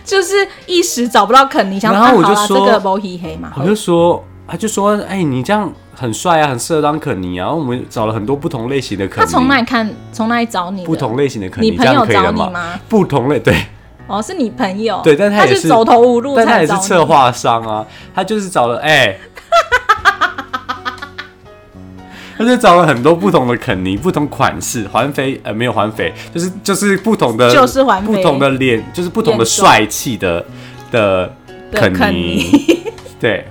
S2: 就是一时找不到肯尼，想
S1: 然后我就
S2: 啊好啦
S1: 说
S2: 这个 b o h 黑嘛，
S1: 我就说，他就说：哎、你这样很帅啊，很适合当肯尼啊。然后我们找了很多不同类型的肯
S2: 他
S1: 尼，
S2: 从哪里看，从哪里找你的？
S1: 不同类型的肯尼，
S2: 你
S1: 这
S2: 朋友
S1: 样可以了
S2: 找你吗
S1: 不同类对，
S2: 哦，是你朋友，
S1: 对但他
S2: 他
S1: 也
S2: 是
S1: 是
S2: 走投无路，
S1: 但他也是
S2: 找你
S1: 策，划商啊，他就是找了哎。 他就找了很多不同的肯尼，不同款式，环肥呃没有环肥，就是就是不同的，
S2: 就是环肥
S1: 不同的脸，就是不同的
S2: 眼妆
S1: 帅气的的
S2: 的
S1: 肯
S2: 肯
S1: 尼，对。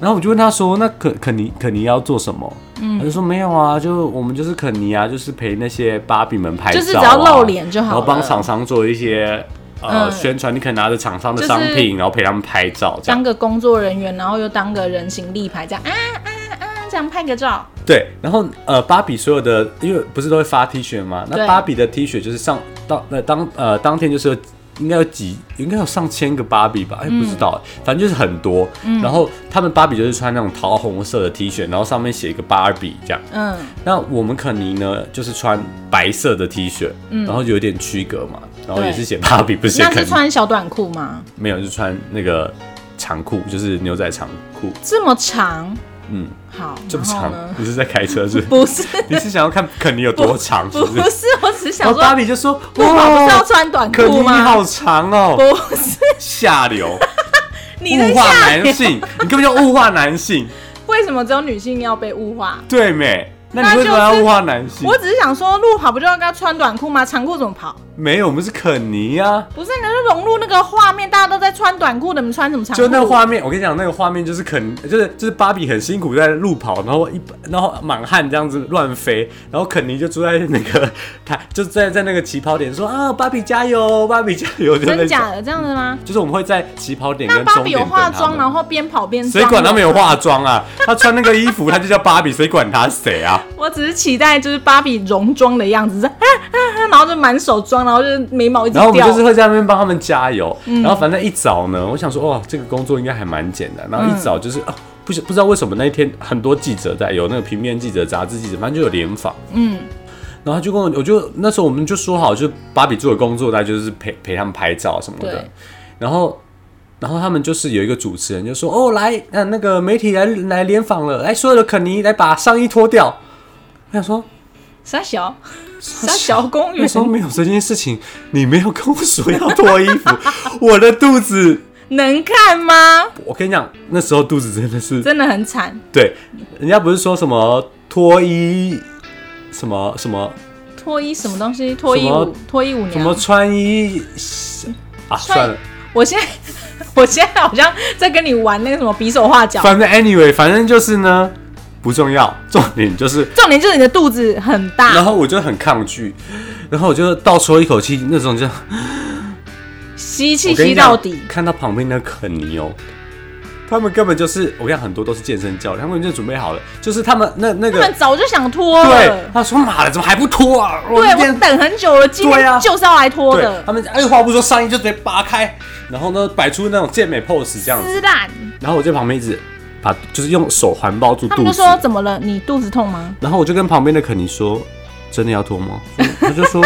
S1: 然后我就问他说：“那肯肯尼肯尼要做什么？”
S2: 嗯
S1: 他就说：“没有啊，就我们就是肯尼啊，就是陪那些芭比们拍照、啊，
S2: 就是只要露脸就好了
S1: 然后帮厂商做一些呃、
S2: 嗯
S1: 宣传，你可以拿着厂商的
S2: 就是
S1: 商品，然后陪他们拍照这样
S2: 当。个工作人员，然后又当个人形立牌，这样啊啊啊，这样拍个照，
S1: 对，然后呃，芭比所有的，因为不是都会发 T 恤吗？那
S2: 对
S1: 芭比的 T 恤就是上当呃当呃当天就是有应该有几应该有上千个芭比吧，哎、
S2: 嗯
S1: 不知道，反正就是很多。然后他们芭比就是穿那种桃红色的 T 恤，然后上面写一个芭比这样。
S2: 嗯，
S1: 那我们肯尼呢，就是穿白色的 T 恤，然后有点区隔嘛，然后也是写芭比，不是写
S2: 嗯那
S1: 肯
S2: 是
S1: 尼，
S2: 穿小短裤吗？
S1: 没有就穿那个长裤，就是牛仔长裤，
S2: 这么长，
S1: 嗯，
S2: 好，
S1: 这么
S2: 然后
S1: 长
S2: 呢，？
S1: 你是在开车是不是？
S2: 不是，
S1: 你是想要看肯尼有多长，是
S2: 不
S1: 不是？
S2: 是，我只是
S1: 然
S2: 想
S1: 后芭
S2: 说，
S1: 比就说：“
S2: 不跑不是要
S1: 哇，
S2: 穿短
S1: 肯
S2: 裤
S1: 尼你
S2: 吗？
S1: 好长哦，
S2: 不是，
S1: 下流，
S2: 你在
S1: 物化
S2: 下
S1: 男性，你根本就物化男性，
S2: 为什么只有女性要被物化？
S1: 对没？那
S2: 那
S1: 你为什么
S2: 就
S1: 要
S2: 是
S1: 物化男性
S2: 我？只是想说，路跑不就应该穿短裤吗？长裤怎么跑？
S1: 没有，我们是肯尼啊呀。”
S2: 不是，你就融入那个画面，大家都在穿短裤，你们穿什么长裤？
S1: 就那个画面，我跟你讲，那个画面就是肯，就是就是芭比很辛苦在路跑，然后一然后满汉这样子乱飞，然后肯尼就坐在那个台，就在在那个起跑点说啊，芭比加油，芭比加油，就那
S2: 真
S1: 种，
S2: 假的这样子吗？
S1: 就是我们会在起跑点
S2: 那
S1: 跟
S2: 芭
S1: 终
S2: 比
S1: 点
S2: 有
S1: 等他
S2: 化妆，然
S1: 们。
S2: 后边跑边
S1: 谁管他们
S2: 们
S1: 有？化妆啊？他穿那个衣服，他就叫芭比，谁管他谁啊？
S2: 我只是期待就是芭比浓妆的样子，是啊啊啊，然后就满手妆，然后就是眉毛一直
S1: 然后我们
S2: 掉。
S1: 就是会在那边帮他们加油。
S2: 嗯
S1: 然后反正一早呢，我想说，哇，这个工作应该还蛮简单。然后一
S2: 嗯
S1: 早就是、啊，不是不知道为什么那一天很多记者在，有那个平面记者、杂志记者，反正就有联访。
S2: 嗯，
S1: 然后他就跟我，我就那时候我们就说好，就是芭比做的工作，大概就是陪陪他们拍照什么的
S2: 对。
S1: 然后，然后他们就是有一个主持人就说：“哦，来，那那个媒体来来联访了，来所有的肯尼来把上衣脱掉。”我想说，
S2: 傻小，傻小公
S1: 那
S2: 园
S1: 时，候没有这件事情，你没有跟我说要脱衣服，我的肚子，
S2: 能看吗？
S1: 我跟你讲，那时候肚子真的是
S2: 真的很惨，
S1: 对，人家不是说什么脱衣，什么什么
S2: 脱衣什么东西？脱衣
S1: 什么
S2: 舞，脱衣舞
S1: 什么
S2: 娘。
S1: 穿衣啊，算了，
S2: 我现在， 我现在好像在跟你玩那个什么比手画脚。
S1: 反正 anyway，反正就是呢，不重要，重点就是
S2: 重点就是你的肚子很
S1: 然
S2: 大，
S1: 后我就很抗拒，然后我就倒抽一口气，那种就
S2: 吸气
S1: 我跟
S2: 吸
S1: 你讲
S2: 到底，
S1: 看到旁边的肯尼哦，他们根本就是，我跟你讲，很多都是健身教练，他们就准备好了，就是他们那那
S2: 他们
S1: 个，
S2: 早就想脱
S1: 对
S2: 了，。
S1: 他说妈的，怎么还不脱啊？我
S2: 对，
S1: 今
S2: 我
S1: 天
S2: 等很久了，今
S1: 对啊
S2: 天就是要来脱
S1: 对，
S2: 的，
S1: 他们二话不说，上衣就直接拔开，然后呢，摆出那种健美 pose 这样子，
S2: 撕烂。
S1: 然后我就旁边一直把就是用手环抱住
S2: 他
S1: 肚
S2: 们就
S1: 子，
S2: 说怎么了？你肚子痛吗？
S1: 然后我就跟旁边的肯尼说：“真的要脱吗？”他就 说：“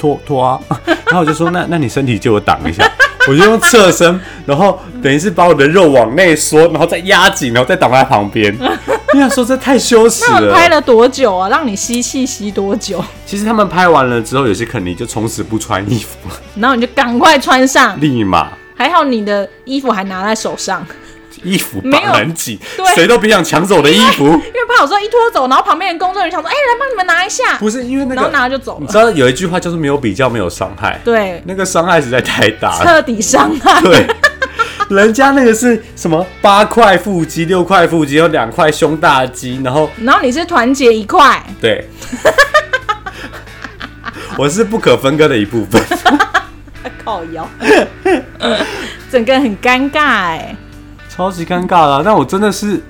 S1: 脱脱啊！”然后我就说：“那那你身体借我挡一下。”我就用侧身，然后等于是把我的肉往内缩，然后再压紧，然后再挡在旁边。我想说这太羞耻
S2: 他们
S1: 了。
S2: 拍了多久啊？让你吸气吸多久？
S1: 其实他们拍完了之后，有些肯尼就从此不穿衣服，
S2: 然后你就赶快穿上，
S1: 立马
S2: 还好你的衣服还拿在手上，
S1: 衣服
S2: 没有
S1: 绑很紧
S2: 对，
S1: 谁都别想抢走我的衣服。
S2: 因为怕我说一拖走，然后旁边的工作人员想说，哎、来帮你们拿一下，
S1: 不是因为那
S2: 然后
S1: 个，
S2: 拿就走
S1: 你
S2: 了
S1: 知。道有一句话叫做“没有比较，没有伤害”，
S2: 对，
S1: 那个伤害实在太大了。
S2: 彻底伤 害。
S1: 对，人家那个是什么八块腹肌、六块腹肌，有两块胸大肌，然后
S2: 然后你是团结一块，
S1: 对， 我是不可分割的一部分。
S2: 靠腰， 整个很尴尬哎、
S1: 超级尴尬啦、但我真的是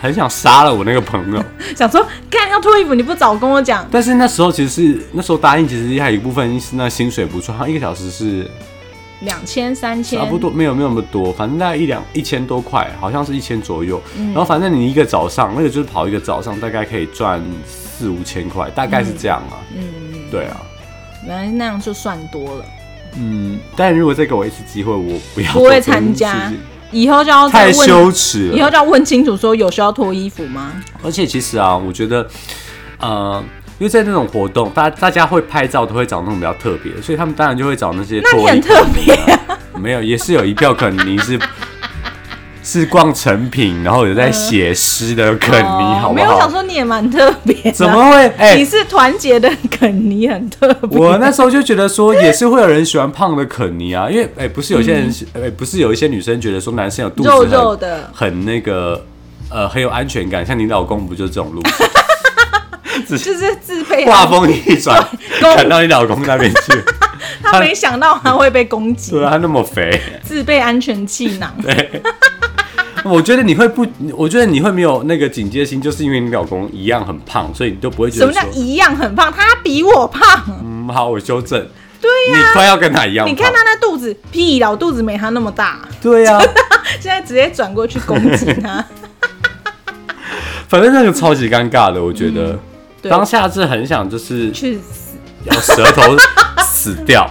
S1: 很想杀了我那个朋友，
S2: 想说干要脱衣服，你不早跟我讲，
S1: 但是那时候其实是那时候答应，其实还有一部分是那薪水不错，他一个小时是
S2: 两千三千
S1: 差不多，没有没有那么多，反正大概一两一千多块，好像是一千左右。
S2: 嗯
S1: 然后反正你一个早上，那个就是跑一个早上，大概可以赚四五千块，大概是这样啊。嗯，对啊。
S2: 原来那样就算多了，
S1: 嗯，但如果再给我一次机会，我不要
S2: 不
S1: 做
S2: 会
S1: 这件
S2: 参加
S1: 事情，
S2: 以后就要再
S1: 太
S2: 问，
S1: 羞耻
S2: 以后
S1: 了。
S2: 就要问清楚说有需要脱衣服吗？
S1: 而且其实啊，我觉得，呃，因为在那种活动，大大家会拍照，都会找那种比较特别的，所以他们当然就会找那些
S2: 那你
S1: 脱
S2: 很
S1: 衣啊
S2: 特别，哦
S1: 没有，也是有一票肯尼是是逛成品，然后有在写诗的肯尼，
S2: 哦
S1: 好不
S2: 没有想
S1: 好？
S2: 说你也蛮特别的，
S1: 怎么会？哎、
S2: 你是团结的肯尼很特别，
S1: 我那时候就觉得说，也是会有人喜欢胖的肯尼啊，因为哎、不是有些人，哎、不是有一些女生觉得说男生有肚子
S2: 嗯肉
S1: 很
S2: 肉的
S1: 很那个，呃，很有安全感。像你老公不就这种 路线？
S2: 就是自卑
S1: 话锋一 转，砍到你老公那边去。
S2: 他没想到他会被攻击，
S1: 对啊，他那么肥，
S2: 自备安全气囊。
S1: 我觉得你会不，我觉得你会没有那个警戒心，就是因为你老公一样很胖，所以你就不会觉
S2: 什么
S1: 得
S2: 叫
S1: 说，
S2: 一样很胖？他比我胖，
S1: 嗯，好，我修正。
S2: 对啊
S1: 你快要跟他一样胖，
S2: 你看他那肚子，屁老肚子没他那么大，
S1: 对啊呀、
S2: 现在直接转过去攻击他。
S1: 反正那个超级尴尬的，我觉得、
S2: 对
S1: 当下是很想就是
S2: 去死，
S1: 咬舌头 死掉，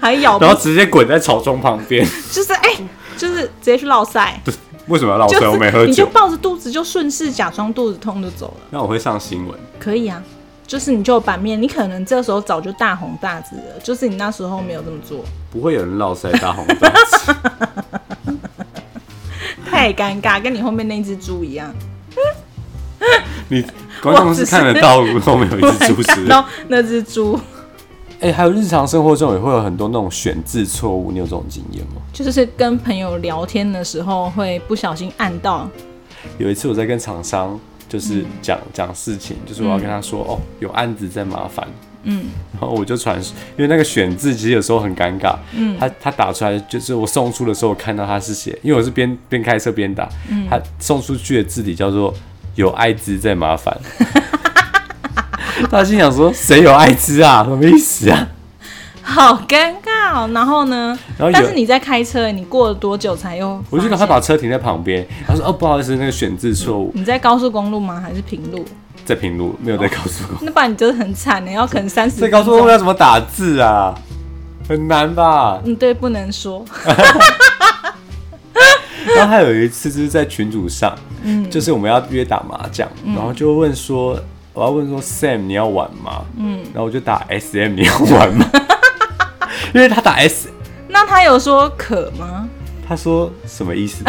S2: 还咬不
S1: 然，后直接滚在草丛旁边。
S2: 就是哎、就是直接去落塞，
S1: 为什么要老
S2: 就
S1: 水？哦我没喝
S2: 是你就
S1: 酒，
S2: 抱着肚子就顺势假装肚子痛就走了，
S1: 那我会上新闻。
S2: 可以啊。就是你就有版面，你可能这时候早就大红大紫了，就是你那时候没有这么做，
S1: 不会有人落腮大红大 紫，
S2: 太尴尬，跟你后面那只猪 一样。
S1: 你观众是看得到后面有一只猪
S2: 我看
S1: 是？
S2: 到那只猪，
S1: 哎、还有日常生活中也会有很多那种选字错误，你有这种经验吗？
S2: 就是跟朋友聊天的时候会不小心按到，
S1: 有一次我在跟厂商就是讲讲、事情，就是我要跟他说、哦，有案子在麻烦，嗯，然后我就传，因为那个选字其实有时候很尴尬，嗯，他他打出来就是我送出的时候，我看到他是写，因为我是边边开车边打，他送出去的字体叫做有艾滋在麻 烦，他心想说谁有艾滋啊，什么意思 啊？
S2: 好尴尬、哦。然后呢？
S1: 然后有
S2: 但是你在开车，你过了多久才又？
S1: 我就赶快。把车停在旁边，他说哦不好意思，那个选字错误，
S2: 你在高速公路吗？还是平路？
S1: 在平路没有在高速公路。
S2: 那不然你真的很惨欸的，要可能三十。
S1: 在高速公路要怎么打字啊？很难吧？
S2: 嗯，对，不能说。
S1: 然后还有一次就是在群组上，就是我们要约打麻将，然后就问说，我要问说 Sam 你要玩吗？嗯，然后我就打 SM 你要玩吗？ 因为他打 S，
S2: 那他有说渴吗？
S1: 他说什么意思？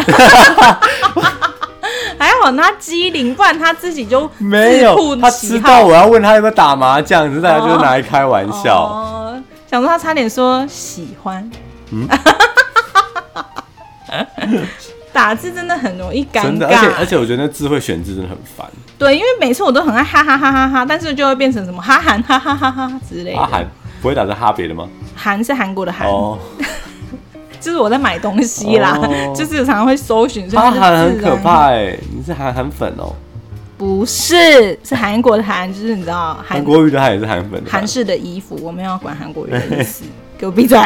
S2: 还好他机灵，不然他自己就
S1: 没有，哦
S2: 自
S1: 他
S2: 曝
S1: 知
S2: 其
S1: 道
S2: 号
S1: 我要问他要不要打麻将，知道他就是拿来开玩笑。
S2: 哦，想说他差点说喜欢。
S1: 嗯
S2: 打字真的很容易尴
S1: 真的，而且而
S2: 尬，
S1: 且我觉得那智慧选字真的很烦。
S2: 对，因为每次我都很爱哈哈哈哈哈，但是就会变成什么哈韩哈
S1: 哎
S2: 哈哈哈之类的。
S1: 阿韩不会打成哈别的吗？
S2: 韩是韩国的韩，
S1: 哦，
S2: 就是我在买东西啦，
S1: 哦
S2: 就是常常会搜寻，所以
S1: 阿
S2: 它就
S1: 韩很
S2: 自然
S1: 可怕哎、你是韩韩粉哦，
S2: 不是，是韩国的韩，就是你知道韩
S1: 韩国瑜的他也是韩粉吧，
S2: 韩式的衣服，我们要管韩国人的 意思，给我闭嘴！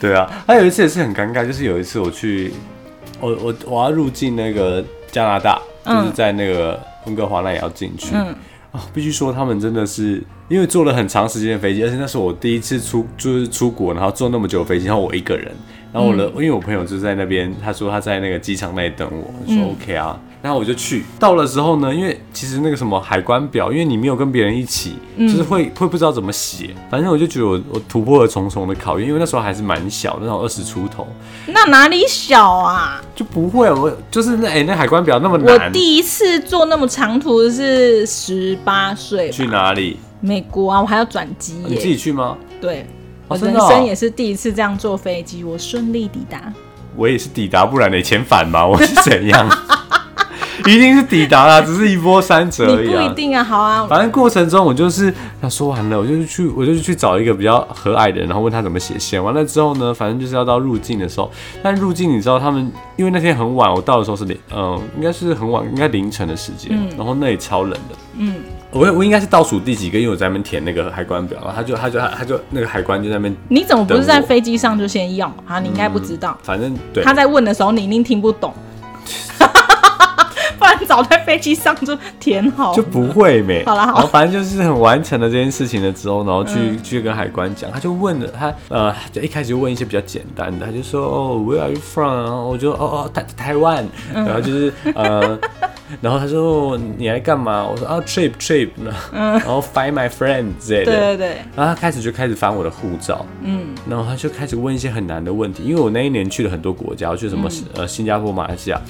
S1: 对啊，还有一次也是很尴尬，就是有一次我去，我我我要入境那个加拿大，
S2: 嗯
S1: 就是在那个温哥华那也要进去。
S2: 嗯
S1: 啊，必须说他们真的是，因为坐了很长时间的飞机，而且那是我第一次出就是出国，然后坐那么久的飞机，然后我一个人，然后我的、
S2: 嗯
S1: 因为我朋友就在那边，他说他在那个机场那里等我，我
S2: 嗯
S1: 说 OK 啊，然后我就去。到了之后呢，因为其实那个什么海关表，因为你没有跟别人一起，
S2: 嗯
S1: 就是会会不知道怎么写，反正我就觉得我我突破了重重的考验，因为那时候还是蛮小，那时候二十出头，
S2: 那哪里小啊？
S1: 就不会我就是那哎、那海关表那么
S2: 我
S1: 难，
S2: 第一次坐那么长途是十八岁吧，
S1: 去哪里？
S2: 美国啊，我还要转机
S1: 你自己
S2: 耶。
S1: 去吗？
S2: 对，我
S1: 真
S2: 人
S1: 的哦
S2: 生也是第一次这样坐飞机，我顺利抵达。
S1: 我也是抵达，不然得遣返嘛， 我是怎样？一定是抵达啦，只是一波三折而已
S2: 你不一
S1: 啊。
S2: 定啊，好啊，
S1: 反正过程中我就是想说完了，我就是去，我就是去找一个比较和蔼的人，然后问他怎么写。写完了之后呢，反正就是要到入境的时候。但入境你知道他们，因为那天很晚，我到的时候是零，嗯、应该是很晚，应该凌晨的时间，
S2: 嗯
S1: 然后那里超冷的。我我应该是倒数第几个，因为我在那边填那个海关表，然后他就他就他他就那个海关就在那边，
S2: 你怎么不是在
S1: 等我
S2: 飞机上就先要啊？
S1: 嗯
S2: 你应该不知道，
S1: 反正对，
S2: 他在问的时候你一定听不懂， 不然早在飞机上就填好了。
S1: 就不会没。
S2: 好啦嗯好
S1: 然后反正就是很完成了这件事情了之后，然后去、去跟海关讲，他就问了他呃，就一开始就问一些比较简单的，他就说哦，Where are you from？然后我就哦哦台台湾，
S2: 嗯
S1: 然后就是呃。然后他说你来干嘛？我说啊 trip trip，然后 find my friend 之类的。
S2: 对嗯对对，
S1: 然后他开始就开始翻我的护照，嗯，然后他就开始问一些很难的问题，因为我那一年去了很多国家，我去什么、呃新加坡、马来西亚，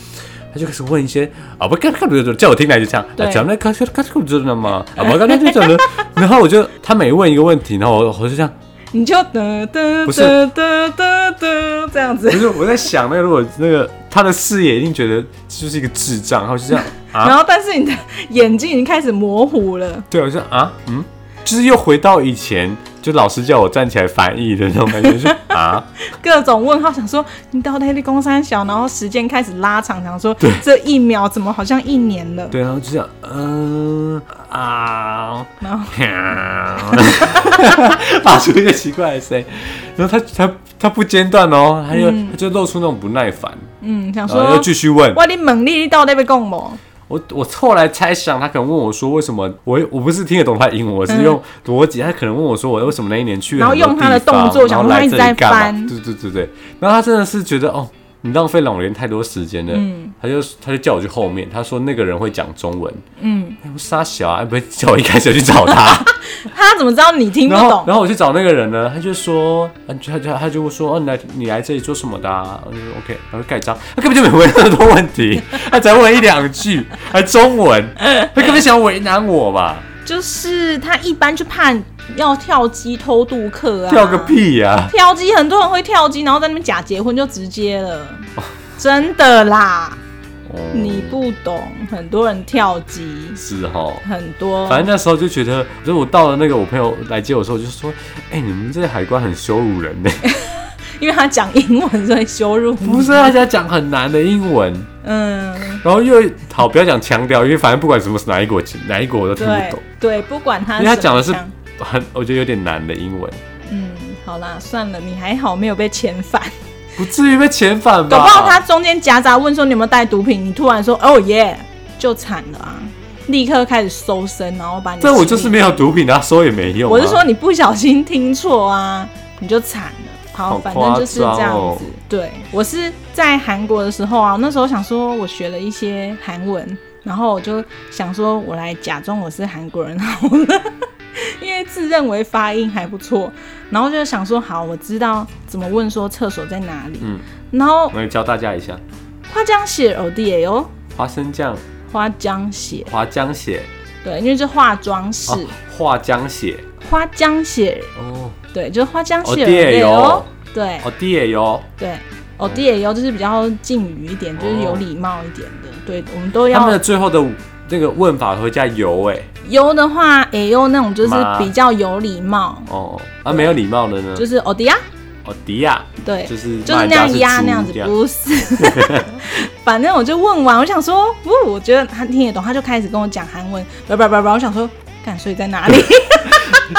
S1: 他就开始问一些啊不看看不就叫我听来就这样，
S2: 对
S1: 啊讲那看看看不就那么啊不刚才就讲的，然后我就他每问一个问题，然后我我就这样，
S2: 你就噔噔
S1: 不是
S2: 噔噔噔噔这样子
S1: 不，是我在想那个如果那个他的视野一定觉得这就是一个智障，然后就这样啊，
S2: 然后但是你的眼睛已经开始模糊了，
S1: 对，我就啊嗯，就是又回到以前就老师叫我站起来翻译的那种感觉，就是啊。
S2: 各种问号，想说你到底在公山小，然后时间开始拉长，想说这一秒怎么好像一年了，
S1: 对，然后就这样，嗯、啊，
S2: 然后
S1: 发出一个奇怪的声音，然后他他他不间断哦，他就、他就露出那种不耐烦，
S2: 嗯想
S1: 然后又
S2: 说。
S1: 继续问
S2: 我的猛力到底被供某，
S1: 我，我后来猜想他可能问我说为什么我我不是听得懂他的英文，我是用逻辑，他可能问我说我为什么那一年去了
S2: 嗯然后
S1: 很多
S2: 用他的
S1: 地方
S2: 动作
S1: 然
S2: 想
S1: 后
S2: 说他
S1: 来
S2: 一
S1: 这
S2: 直
S1: 里
S2: 在
S1: 干嘛
S2: 翻
S1: 对对对对，然后他真的是觉得哦。你浪费了我连太多时间了，
S2: 嗯
S1: 他就他就叫我去后面，他说那个人会讲中文，嗯，我傻小啊，不会 叫我一开始就去找他，
S2: 他怎么知道你听不
S1: 然后，
S2: 懂？
S1: 然后我去找那个人呢，他就说，啊他他他就说，哦，你来你来这里做什么的、啊？我就说 OK，然后就盖章，他根本就没问那么多问题， 他才问了一两句，还中文，他根本想为难我嘛，
S2: 就是他一般就怕要跳机偷渡客啊，
S1: 跳个屁呀、
S2: 跳机，很多人会跳机，然后在那边假结婚就直接了，真的啦，
S1: 哦
S2: 你不懂，很多人跳机，
S1: 是哈。
S2: 很多，
S1: 反正那时候就觉得，就是我到了那个我朋友来接我的时候，我就说：“哎、你们这些海关很羞辱人 呢、
S2: 因为他讲英文所以羞辱你，
S1: 不是啊大家讲很难的英文，
S2: 嗯，
S1: 然后又好不要讲腔调，因为反正不管什么哪一国哪一国我都听不
S2: 对
S1: 懂，
S2: 对，不管他，
S1: 因为他讲的是很我觉得有点难的英文。
S2: 嗯，好啦，算了，你还好没有被遣返，
S1: 不至于被遣返吧？
S2: 搞不好他中间夹杂问说你有没有带毒品，你突然说哦耶，就惨了啊，立刻开始搜身，然后把你，
S1: 但我就是没有，毒品，他收也没用、啊。
S2: 我是说，你不小心听错啊，你就惨了。好，
S1: 好
S2: 反正就是这
S1: 夸
S2: 样
S1: 张哦
S2: 子。对，我是在韩国的时候啊，那时候想说我学了一些韩文，然后我就想说我来假装我是韩国人好了， 因为自认为发音还不错，然后就想说好，我知道怎么问说厕所在哪里，
S1: 嗯
S2: 然后
S1: 我也教大家一下，
S2: 花江血어디예요？
S1: 花生酱、
S2: 花江血，
S1: 花江血
S2: 对，因为是化妆室，
S1: 啊，花江血
S2: 花江血，
S1: 哦，
S2: 对，就是花江
S1: 哦
S2: 血
S1: 디
S2: 예
S1: 예요
S2: 요？对，
S1: 哦地也有，
S2: 对，哦，D A U 就是比较敬语一点，就是有礼貌一点的。对，我们都
S1: 哦他们
S2: 要
S1: 的最后的那个问法会加油哎、
S2: U 的话，A U 那种就是
S1: 妈
S2: 比较有礼貌，
S1: 嗯哦哦啊没有礼貌的呢，
S2: 就是哦迪呀，
S1: 哦哦，迪亚，
S2: 对，
S1: 就是
S2: 就是那样压
S1: 骂人家是猪
S2: 那样子
S1: 这，样
S2: 不是。 反正我就问完，我想说，哦，我觉得他听得懂，他就开始跟我讲韩文，叭叭叭叭，我想说，干，所以在哪里？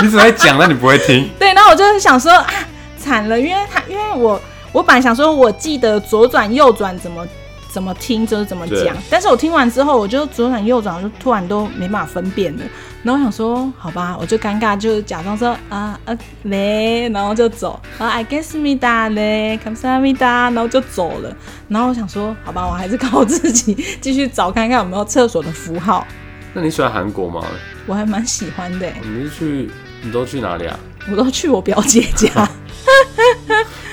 S1: 你只会讲，但你不会听。
S2: 对，然后我就想说啊，惨了，因为他因为我我本来想说，我记得左转右转怎么怎么听，就是怎么
S1: 对
S2: 讲，但是我听完之后，我就左转右转，我就突然都没办法分辨了。然后我想说，好吧，我就尴尬，就假装说啊啊嘞，然后就走啊，I guess me da 嘞，come s me da，然后就走了。然后我想说，好吧，我还是靠我自己继续找看看有没有厕所的符号，
S1: 那你喜欢韩国吗？
S2: 我还蛮喜欢的欸、
S1: 你是去，你都去哪里啊？
S2: 我都去我表姐家。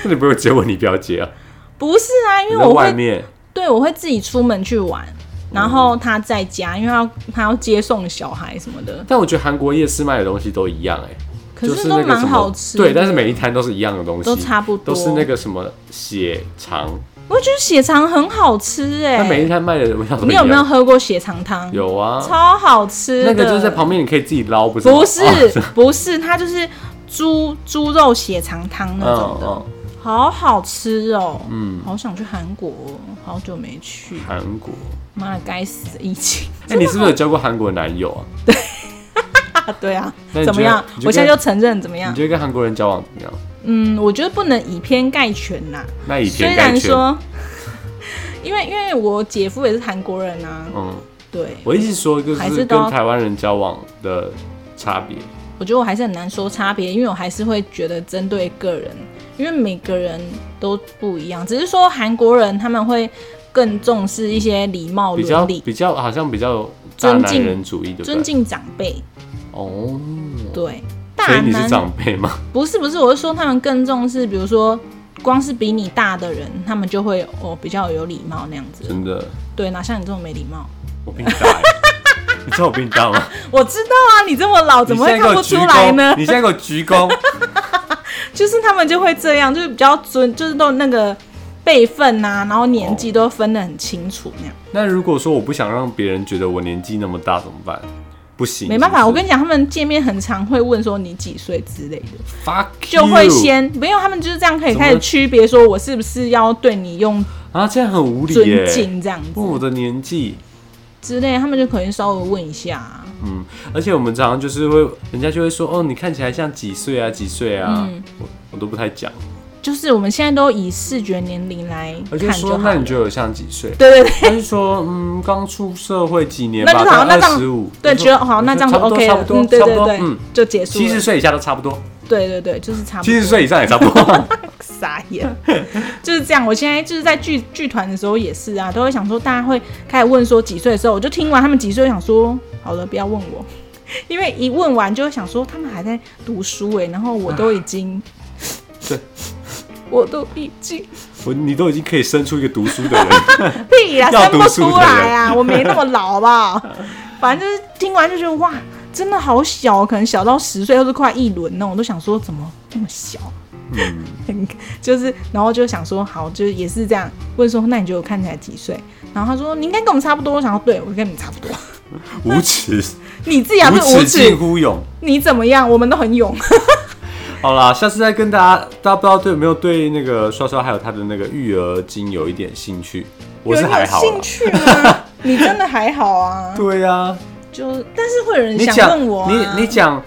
S1: 那你不会接吻你表姐啊？
S2: 不是啊，因
S1: 你
S2: 为
S1: 在
S2: 我
S1: 外
S2: 会
S1: 面，
S2: 对，我会自己出门去玩，然
S1: 嗯
S2: 后他在家，因为他要他要接送小孩什么的，
S1: 但我觉得韩国夜市卖的东西都一样哎、
S2: 可
S1: 就是那
S2: 都
S1: 个什
S2: 蛮
S1: 么
S2: 好吃的。
S1: 对，但是每一摊都是一样的东西，
S2: 都差不多
S1: 都是那个什么血肠，
S2: 我觉得血肠很好吃哎、
S1: 但每一摊卖的味道都一
S2: 你
S1: 样。
S2: 有没有？喝过血肠汤？，
S1: 有啊，
S2: 超好吃
S1: 那
S2: 的。
S1: 个就是在旁边，你可以自己捞，不是吗？
S2: 不是、
S1: 哦
S2: 不是，它就是猪猪肉血肠汤那种的，
S1: 嗯嗯，
S2: 好好吃哦。
S1: 嗯
S2: 嗯，好想去韩国哦，好久没去，
S1: 韩国。
S2: 妈的，该死的疫情
S1: 哎、你是不是有交过韩国男友啊？
S2: 啊！对啊
S1: 那，你
S2: 怎么
S1: 觉得
S2: 样
S1: 你？觉得
S2: 我现在就承认怎么样
S1: 你？觉得跟韩国人交往怎么样？
S2: 嗯，我觉得不能以偏概全呐、
S1: 那以
S2: 虽
S1: 偏概
S2: 然
S1: 全。
S2: 说， 因为因为我姐夫也是韩国人啊，
S1: 嗯，
S2: 对，
S1: 我一直说就
S2: 还
S1: 是
S2: 是
S1: 跟
S2: 都
S1: 台湾人交往的差别。
S2: 我觉得我还是很难说差别，因为我还是会觉得针对个人，因为每个人都不一样，只是说韩国人他们会更重视一些礼貌
S1: 比较
S2: 伦理，
S1: 比较好像比较大
S2: 尊
S1: 男
S2: 敬
S1: 人主义，对不对？
S2: 尊敬长辈，
S1: 哦，
S2: 对，
S1: 所
S2: 大
S1: 以你是
S2: 男
S1: 长辈吗？
S2: 不是不是，我是说他们更重视，比如说。光是比你大的人，他们就会哦比较有礼貌那样子。
S1: 真的，
S2: 对，哪像你这种没礼貌？
S1: 我比你大欸，你知道我比你大吗？
S2: 我知道啊，你这么老， 怎么会
S1: 你现在
S2: 看
S1: 给
S2: 不
S1: 我
S2: 出
S1: 鞠
S2: 来
S1: 躬
S2: 呢？
S1: 你现在给我鞠躬，
S2: 就是他们就会这样，就是比较尊，就是都那个辈分呐、然后年纪都分得很清楚那样。
S1: 那如果说我不想让别人觉得我年纪那么大怎么办？不行，
S2: 没办法，我跟
S1: 你
S2: 你讲，他们见面很常会问说你几岁之类的，
S1: fuck
S2: 就会
S1: you
S2: 先没有，他们就是这样可以
S1: 怎么
S2: 开始区别，说我是不是要对你用
S1: 啊，这样很无理
S2: 尊
S1: 耶。
S2: 敬这样
S1: 问哦我
S2: 子
S1: 的年纪，
S2: 之类，他们就可能稍微问一下啊、
S1: 嗯，而且我们常常就是会，人家就会说，哦，你看起来像几岁啊，几岁啊，
S2: 嗯
S1: 我我都不太讲，
S2: 就是我们现在都以视觉年龄来
S1: 而
S2: 看
S1: 且
S2: 就
S1: 说，
S2: 好
S1: 那
S2: 了
S1: 你觉得我像几 岁？
S2: 对对对，
S1: 他就说，嗯，刚出社会几年
S2: 那
S1: 吧，
S2: 就好，
S1: 刚
S2: 那这
S1: 二十五
S2: 样，对，觉得好，那这样就 OK
S1: 差不
S2: 了，
S1: 多，
S2: 嗯，
S1: 差
S2: 对
S1: 不
S2: 对
S1: 多，
S2: 对，
S1: 嗯，
S2: 就结束了。
S1: 七十岁以下都差不多，
S2: 对对对，就是差不多。
S1: 七十岁以上也差不 多。
S2: 傻眼， 就是这样。我现在就是在剧剧团的时候也是啊，都会想说大家会开始问说几岁的时候，我就听完他们几岁，想说好了，不要问我， 因为一问完就会想说他们还在读书哎、然后我都已经，
S1: 对，
S2: 我都已经
S1: 我你都已经可以生出一个读书的 人，
S2: 屁啦，
S1: 要
S2: 生
S1: 读
S2: 不
S1: 书的
S2: 出来啊，我没那么老好不 好？反正就是听完就觉得哇，真的好小，可能小到十岁或是快一轮那种，我都想说怎么那么小。
S1: 嗯，
S2: 很 就是，然后就想说好，就是也是这样问说，那你觉得我看起来几岁？然后他说你应该跟我们差不多，我想说对我跟你们差不多，
S1: 无耻，
S2: 你自己还是哎无
S1: 耻
S2: 耻
S1: 近，乎勇。
S2: 你怎么样？我们都很勇，
S1: 好啦，下次再跟大家，大家不知道对有没有对那个刷刷还有他的那个育儿经有一点兴趣？ 我是
S2: 有
S1: 还
S2: 点
S1: 好啦。啊
S2: 兴 趣吗？你真的还好啊，
S1: 对呀、
S2: 就但是会有人
S1: 你
S2: 想
S1: 讲
S2: 问我、啊，
S1: 你你讲，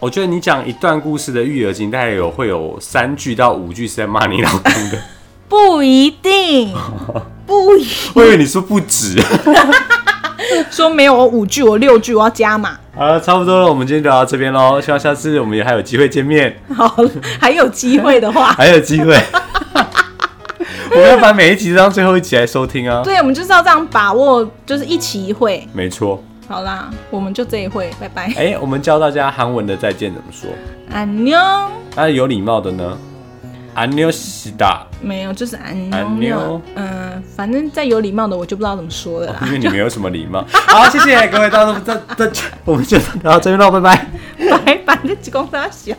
S1: 我觉得你讲一段故事的育儿经，大概有会有三句到五句是在骂你老公 的。
S2: 不一 定，不一
S1: 我以为你说不止。
S2: 说没有我五句，我六句，我要加码，
S1: 好了，差不多了，我们今天聊到这边喽。希望下次我们也还有机会见面，
S2: 好，还有机会的 话，
S1: 还有机会。我们要把每一集当最后一集来收听啊。
S2: 对，我们就是要这样把握，就是一期一会，
S1: 没错。
S2: 好啦，我们就这一会，拜拜，
S1: 哎、我们教大家韩文的再见怎么说。
S2: 安妞。
S1: 那、有礼貌的呢？안녕시다，
S2: 没有，就是安
S1: 安妞
S2: 妞。嗯、反正再有礼貌的我就不知道怎么说了啦，
S1: 因为你没有什么礼貌。好，谢谢各位，到这到到，我们就聊到这边喽，拜拜。
S2: 拜拜，这几公分小。